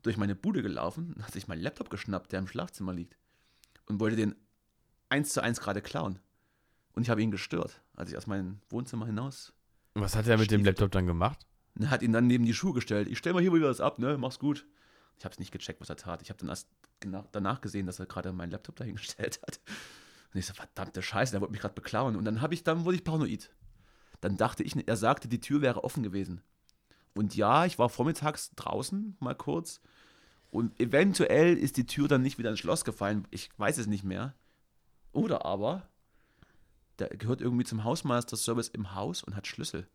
Speaker 3: durch meine Bude gelaufen und hat sich meinen Laptop geschnappt, der im Schlafzimmer liegt und wollte den eins zu eins gerade klauen. Und ich habe ihn gestört, als ich aus meinem Wohnzimmer hinaus
Speaker 2: Und was hat er mit dem
Speaker 3: Stiefel.
Speaker 2: Laptop dann gemacht?
Speaker 3: und Ne, hat ihn dann neben die Schuhe gestellt. Ich stell mal hier wieder was ab, ne? Mach's gut. Ich hab's nicht gecheckt, was er tat. Ich habe dann erst gena- danach gesehen, dass er gerade meinen Laptop dahingestellt hat. Und ich so, verdammte Scheiße, der wollte mich gerade beklauen. Und dann habe ich, dann wurde ich paranoid. Dann dachte ich, er sagte, die Tür wäre offen gewesen. Und ja, ich war vormittags draußen, mal kurz. Und eventuell ist die Tür dann nicht wieder ins Schloss gefallen. Ich weiß es nicht mehr. Oder aber, der gehört irgendwie zum Hausmeister-Service im Haus und hat Schlüssel.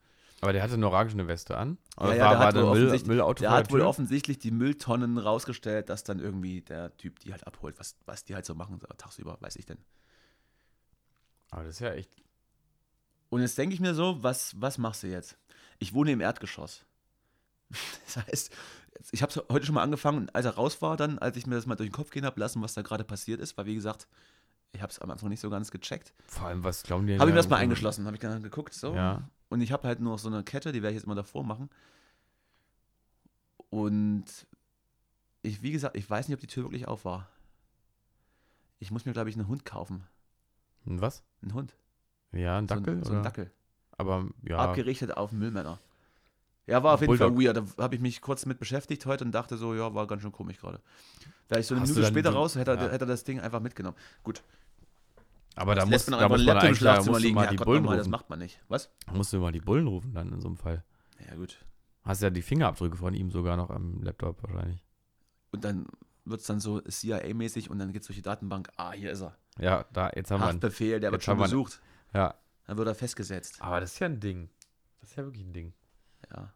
Speaker 2: Aber der hatte eine orangene Weste an.
Speaker 3: Ja,
Speaker 2: Oder
Speaker 3: ja, der hat wohl
Speaker 2: Müll,
Speaker 3: offensichtlich-
Speaker 2: Müllauto
Speaker 3: Der
Speaker 2: vor
Speaker 3: hat wohl
Speaker 2: Tür?
Speaker 3: offensichtlich die Mülltonnen rausgestellt, dass dann irgendwie der Typ die halt abholt, was, was die halt so machen, so tagsüber, weiß ich denn.
Speaker 2: Aber das ist ja echt.
Speaker 3: Und jetzt denke ich mir so, was, was machst du jetzt? Ich wohne im Erdgeschoss. Das heißt, jetzt- ich habe heute schon mal angefangen, und als er raus war, dann, als ich mir das mal durch den Kopf gehen habe lassen, was da gerade passiert ist, weil wie gesagt, ich habe es am Anfang nicht so ganz gecheckt.
Speaker 2: Vor allem, was glauben die
Speaker 3: Habe ich
Speaker 2: denn
Speaker 3: mir das mal
Speaker 2: da-
Speaker 3: eingeschlossen, habe ich dann geguckt, so,
Speaker 2: Ja.
Speaker 3: Und ich habe halt nur noch so eine Kette, die werde ich jetzt immer davor machen. Und ich, wie gesagt, ich weiß nicht, ob die Tür wirklich auf war. Ich muss mir, glaube ich, einen Hund kaufen.
Speaker 2: Ein was?
Speaker 3: Einen Hund.
Speaker 2: Ja, ein Dackel?
Speaker 3: so ein, so
Speaker 2: oder?
Speaker 3: ein Dackel.
Speaker 2: Aber ja.
Speaker 3: Abgerichtet auf Müllmänner. Ja, war auf jeden
Speaker 2: Bulldog.
Speaker 3: Fall weird. Da habe ich mich kurz mit beschäftigt heute und dachte so, ja, war ganz schön komisch gerade. Wäre ich so eine
Speaker 2: Hast du
Speaker 3: Minute
Speaker 2: dann
Speaker 3: später
Speaker 2: so-
Speaker 3: raus, hätte, er-
Speaker 2: ja.
Speaker 3: hätte er das Ding einfach mitgenommen. Gut,
Speaker 2: aber da
Speaker 3: das
Speaker 2: muss,
Speaker 3: lässt man
Speaker 2: da
Speaker 3: einfach
Speaker 2: muss
Speaker 3: einen
Speaker 2: man
Speaker 3: Laptop
Speaker 2: eigentlich
Speaker 3: im
Speaker 2: da musst
Speaker 3: Schlafzimmer
Speaker 2: du
Speaker 3: liegen.
Speaker 2: mal
Speaker 3: Ja,
Speaker 2: die
Speaker 3: Gott,
Speaker 2: Bullen
Speaker 3: nochmal, das
Speaker 2: rufen.
Speaker 3: macht man nicht. Was?
Speaker 2: Musst du mal die Bullen rufen dann in so einem Fall.
Speaker 3: Ja, gut.
Speaker 2: Hast ja die Fingerabdrücke von ihm sogar noch am Laptop wahrscheinlich.
Speaker 3: Und dann wird es dann so CIA-mäßig und dann geht es durch die Datenbank. Ah, hier ist er.
Speaker 2: Ja, da, jetzt haben wir.
Speaker 3: Haftbefehl, der wird
Speaker 2: Jetzt
Speaker 3: schon
Speaker 2: haben wir einen.
Speaker 3: besucht.
Speaker 2: einen- Ja.
Speaker 3: Dann wird er festgesetzt.
Speaker 2: Aber das ist ja ein Ding. Das ist ja wirklich ein Ding.
Speaker 3: Ja.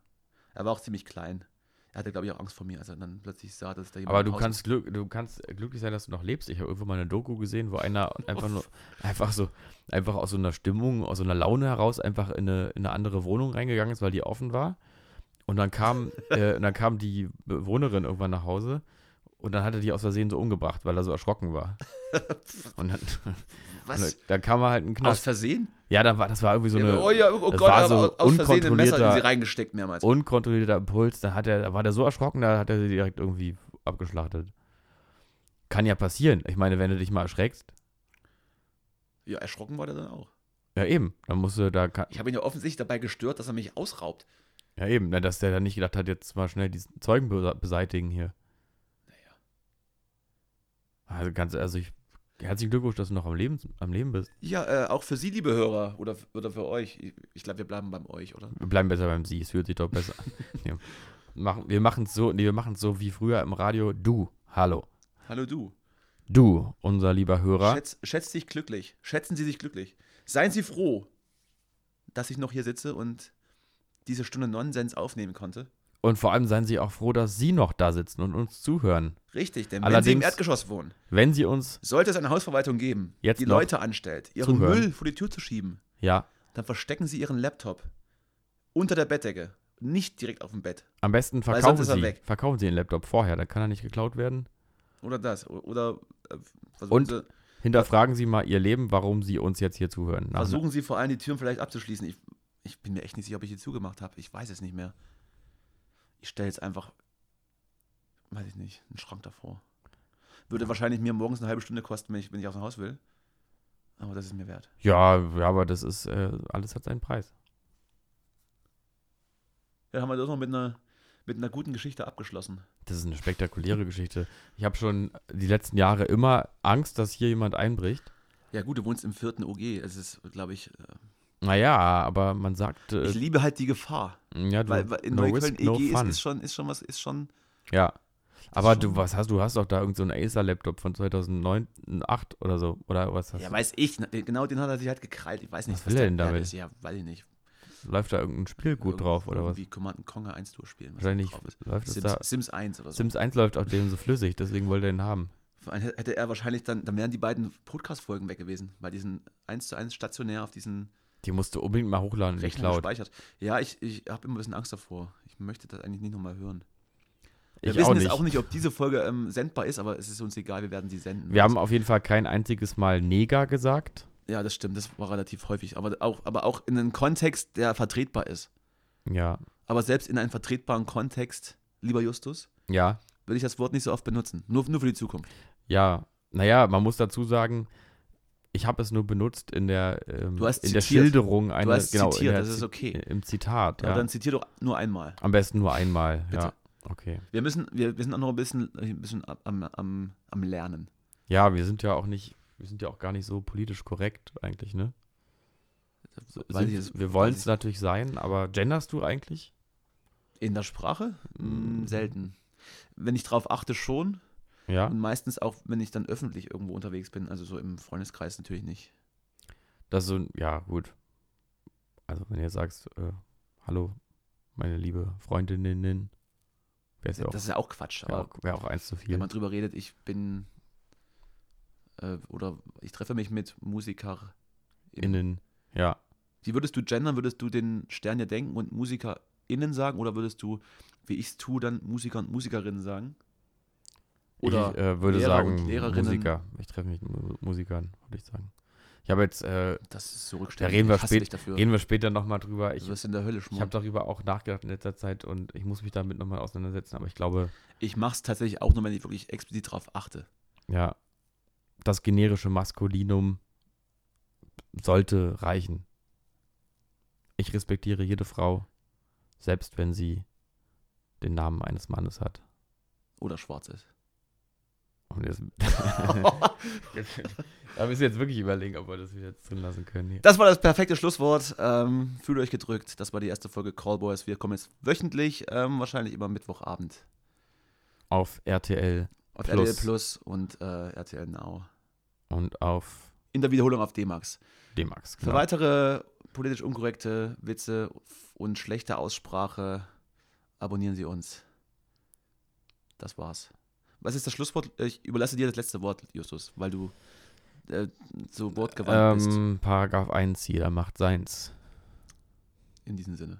Speaker 3: Er war auch ziemlich klein. Er hatte, glaube ich, auch Angst vor mir, als er dann plötzlich sah, dass da jemand
Speaker 2: Aber
Speaker 3: im
Speaker 2: du
Speaker 3: Haus
Speaker 2: kannst, glück, du kannst äh, glücklich sein, dass du noch lebst. Ich habe irgendwo mal eine Doku gesehen, wo einer einfach nur, einfach so, einfach aus so einer Stimmung, aus so einer Laune heraus einfach in eine, in eine andere Wohnung reingegangen ist, weil die offen war. Und dann kam, äh, und dann kam die Bewohnerin irgendwann nach Hause und dann hat er die aus Versehen so umgebracht, weil er so erschrocken war. Und dann,
Speaker 3: ist.
Speaker 2: und
Speaker 3: Was?
Speaker 2: dann- dann kam er halt in den
Speaker 3: Aus
Speaker 2: Knast.
Speaker 3: Versehen?
Speaker 2: Ja, dann war, das war irgendwie so eine
Speaker 3: oh ja, oh
Speaker 2: das
Speaker 3: Gott,
Speaker 2: war
Speaker 3: er hat
Speaker 2: so
Speaker 3: aus- aus Versehen ein Messer in sie
Speaker 2: unkontrollierter-
Speaker 3: reingesteckt mehrmals.
Speaker 2: unkontrollierter Impuls, da hat er, da war der so erschrocken, da hat er sie direkt irgendwie abgeschlachtet. Kann ja passieren. Ich meine, wenn du dich mal erschreckst,
Speaker 3: Ja, erschrocken war der dann auch.
Speaker 2: ja eben, dann musst du da, ka-
Speaker 3: Ich habe ihn ja offensichtlich dabei gestört, dass er mich ausraubt.
Speaker 2: ja eben, na, dass der dann nicht gedacht hat, jetzt mal schnell diesen Zeugen be- beseitigen hier.
Speaker 3: Naja.
Speaker 2: Also ganz, also ich, herzlichen Glückwunsch, dass du noch am Leben, am Leben bist.
Speaker 3: Ja, äh, auch für Sie, liebe Hörer, oder, oder für euch. Ich, ich glaube, wir bleiben beim euch, oder?
Speaker 2: Wir bleiben besser beim Sie, es fühlt sich doch besser an. Nee. Machen, wir machen es so, nee, wir machen es so wie früher im Radio. Du, hallo.
Speaker 3: Hallo du.
Speaker 2: Du, unser lieber Hörer.
Speaker 3: Schätz, schätzt dich glücklich. Schätzen Sie sich glücklich. Seien Sie froh, dass ich noch hier sitze und diese Stunde Nonsens aufnehmen konnte.
Speaker 2: Und vor allem seien Sie auch froh, dass Sie noch da sitzen und uns zuhören.
Speaker 3: Richtig, denn wenn Sie im
Speaker 2: Allerdings-
Speaker 3: Erdgeschoss wohnen,
Speaker 2: Wenn Sie uns,
Speaker 3: sollte es eine Hausverwaltung geben,
Speaker 2: Jetzt
Speaker 3: die
Speaker 2: noch
Speaker 3: Leute anstellt, ihren
Speaker 2: zuhören.
Speaker 3: Müll vor die Tür zu schieben,
Speaker 2: ja,
Speaker 3: dann verstecken sie ihren Laptop unter der Bettdecke, nicht direkt auf dem Bett.
Speaker 2: Am besten
Speaker 3: Weil sonst
Speaker 2: verkaufen
Speaker 3: ist er
Speaker 2: sie,
Speaker 3: weg.
Speaker 2: verkaufen sie den Laptop vorher, dann kann er nicht geklaut werden.
Speaker 3: Oder das. O- Oder äh, versuchen,
Speaker 2: Und-
Speaker 3: sie,
Speaker 2: Hinterfragen Sie mal Ihr Leben, warum Sie uns jetzt hier zuhören. Also, Nach-
Speaker 3: versuchen sie vor allem die Türen vielleicht abzuschließen. Ich, ich bin mir echt nicht sicher, ob ich hier zugemacht habe. Ich weiß es nicht mehr. Ich stelle jetzt einfach, weiß ich nicht, einen Schrank davor. Würde wahrscheinlich mir morgens eine halbe Stunde kosten, wenn ich, wenn ich aus dem Haus will. Aber das ist mir wert.
Speaker 2: Ja, ja, aber das ist, äh, alles hat seinen Preis.
Speaker 3: Ja, haben wir das noch mit einer, mit einer guten Geschichte abgeschlossen.
Speaker 2: Das ist eine spektakuläre Geschichte. Ich habe schon die letzten Jahre immer Angst, dass hier jemand einbricht.
Speaker 3: Ja, gut, du wohnst im vierten OG. Es ist, glaube ich, äh,
Speaker 2: Naja, aber man sagt, äh,
Speaker 3: ich liebe halt die Gefahr.
Speaker 2: ja, du,
Speaker 3: Weil, weil in
Speaker 2: no
Speaker 3: Neukölln
Speaker 2: risk, no
Speaker 3: EG ist,
Speaker 2: fun.
Speaker 3: ist, schon, ist schon was, ist schon.
Speaker 2: ja, aber
Speaker 3: schon-
Speaker 2: du, was hast du? Hast doch da irgendeinen so einen Acer-Laptop von 2009, 8 oder so, oder was? Hast
Speaker 3: Ja,
Speaker 2: du?
Speaker 3: weiß ich. ne, Genau den hat er sich halt gekrallt. Ich weiß nicht,
Speaker 2: Was will er
Speaker 3: der
Speaker 2: denn
Speaker 3: Wert
Speaker 2: damit?
Speaker 3: Ist. Ja, weiß ich nicht.
Speaker 2: Läuft da irgendein Spiel gut
Speaker 3: Irgend-
Speaker 2: drauf oder was?
Speaker 3: Äh, Irgendwie Command Conquer 1 durchspielen. was
Speaker 2: Wahrscheinlich
Speaker 3: drauf ist.
Speaker 2: läuft es
Speaker 3: Sims,
Speaker 2: da.
Speaker 3: Sims 1 oder so.
Speaker 2: Sims 1 läuft auf dem so flüssig, deswegen wollte er ihn haben.
Speaker 3: Vor allem Hätte er wahrscheinlich dann, dann wären die beiden Podcast-Folgen weg gewesen, weil die sind 1 zu 1 stationär auf diesen
Speaker 2: Die musst du unbedingt mal hochladen in die
Speaker 3: Rechner
Speaker 2: Cloud.
Speaker 3: gespeichert. Ja, ich, ich habe immer ein bisschen Angst davor. Ich möchte das eigentlich nicht nochmal hören. Wir
Speaker 2: Ich
Speaker 3: wissen
Speaker 2: auch
Speaker 3: jetzt
Speaker 2: nicht.
Speaker 3: auch nicht, ob diese Folge ähm, sendbar ist, aber es ist uns egal, wir werden sie senden.
Speaker 2: Wir haben auf jeden Fall kein einziges Mal Nega gesagt.
Speaker 3: ja, das stimmt, das war relativ häufig. Aber auch, aber auch in einem Kontext, der vertretbar ist.
Speaker 2: Ja,
Speaker 3: Aber selbst in einem vertretbaren Kontext, lieber Justus,
Speaker 2: ja,
Speaker 3: will ich das Wort nicht so oft benutzen. Nur, nur für die Zukunft.
Speaker 2: ja. Naja, man muss dazu sagen, ich habe es nur benutzt in der, ähm,
Speaker 3: Du hast
Speaker 2: in der
Speaker 3: zitiert.
Speaker 2: Schilderung
Speaker 3: Du
Speaker 2: einer,
Speaker 3: hast
Speaker 2: genau, in
Speaker 3: zitiert,
Speaker 2: der
Speaker 3: das ist
Speaker 2: Zi-
Speaker 3: okay.
Speaker 2: im Zitat.
Speaker 3: Aber
Speaker 2: Ja.
Speaker 3: dann zitier doch nur einmal.
Speaker 2: Am besten nur einmal. Ja,
Speaker 3: Bitte.
Speaker 2: okay.
Speaker 3: Wir müssen, wir, wir sind auch noch ein bisschen, ein bisschen ab- am, am, am Lernen.
Speaker 2: Ja, wir sind ja auch nicht, wir sind ja auch gar nicht so politisch korrekt eigentlich, ne?
Speaker 3: Weiß
Speaker 2: Sind,
Speaker 3: ich jetzt-
Speaker 2: wir wollen
Speaker 3: weiß
Speaker 2: es natürlich sein, aber genderst du eigentlich?
Speaker 3: ich- In der Sprache?
Speaker 2: Mm.
Speaker 3: Hm, Selten. Wenn ich drauf achte, schon.
Speaker 2: Ja.
Speaker 3: Und meistens auch, wenn ich dann öffentlich irgendwo unterwegs bin. Also so im Freundeskreis natürlich nicht.
Speaker 2: Das ist so, ein- ja, gut. Also, wenn ihr sagst, äh, hallo, meine liebe Freundinnen, wäre es ja auch,
Speaker 3: Das ist ja auch Quatsch.
Speaker 2: wär
Speaker 3: Aber
Speaker 2: auch, wär auch eins zu viel.
Speaker 3: wenn man drüber redet, ich bin äh, oder ich treffe mich mit Musiker.
Speaker 2: Innen, ja.
Speaker 3: Wie würdest du gendern? Würdest du den Stern ja denken und MusikerInnen sagen? Oder würdest du, wie ich es tue, dann Musiker und Musikerinnen sagen? Oder
Speaker 2: ich äh, würde
Speaker 3: Lehrer
Speaker 2: sagen,
Speaker 3: und Lehrerinnen.
Speaker 2: Musiker. Ich treffe mich mit Mu- Musikern, würde ich sagen. Ich habe jetzt, äh,
Speaker 3: das ist so rückständig.
Speaker 2: reden wir
Speaker 3: ich hasse
Speaker 2: spät-
Speaker 3: dich dafür. Also,
Speaker 2: gehen wir später nochmal drüber. Ich,
Speaker 3: du wirst in der Hölle
Speaker 2: ich habe
Speaker 3: schmoren.
Speaker 2: darüber auch nachgedacht in letzter Zeit und ich muss mich damit nochmal auseinandersetzen, aber ich glaube,
Speaker 3: Ich mache es tatsächlich auch nur, wenn ich wirklich explizit drauf achte.
Speaker 2: ja, das generische Maskulinum sollte reichen. Ich respektiere jede Frau, selbst wenn sie den Namen eines Mannes hat.
Speaker 3: Oder schwarz ist.
Speaker 2: Und jetzt, da müssen wir jetzt wirklich überlegen, ob wir das wieder drin lassen können. Hier.
Speaker 3: Das war das perfekte Schlusswort. Ähm, fühlt euch gedrückt. Das war die erste Folge Callboys. Wir kommen jetzt wöchentlich, ähm, wahrscheinlich immer Mittwochabend.
Speaker 2: Auf RTL
Speaker 3: Auf
Speaker 2: Plus.
Speaker 3: RTL Plus und äh, RTL Now.
Speaker 2: und auf genau.
Speaker 3: In der Wiederholung auf D-Max.
Speaker 2: D-Max.
Speaker 3: Für weitere politisch unkorrekte Witze und schlechte Aussprache abonnieren Sie uns. Das war's. Was ist das Schlusswort? Ich überlasse dir das letzte Wort, Justus, weil du äh, so wortgewandt bist.
Speaker 2: Ähm, Paragraph 1, jeder macht seins.
Speaker 3: In diesem Sinne.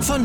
Speaker 1: Von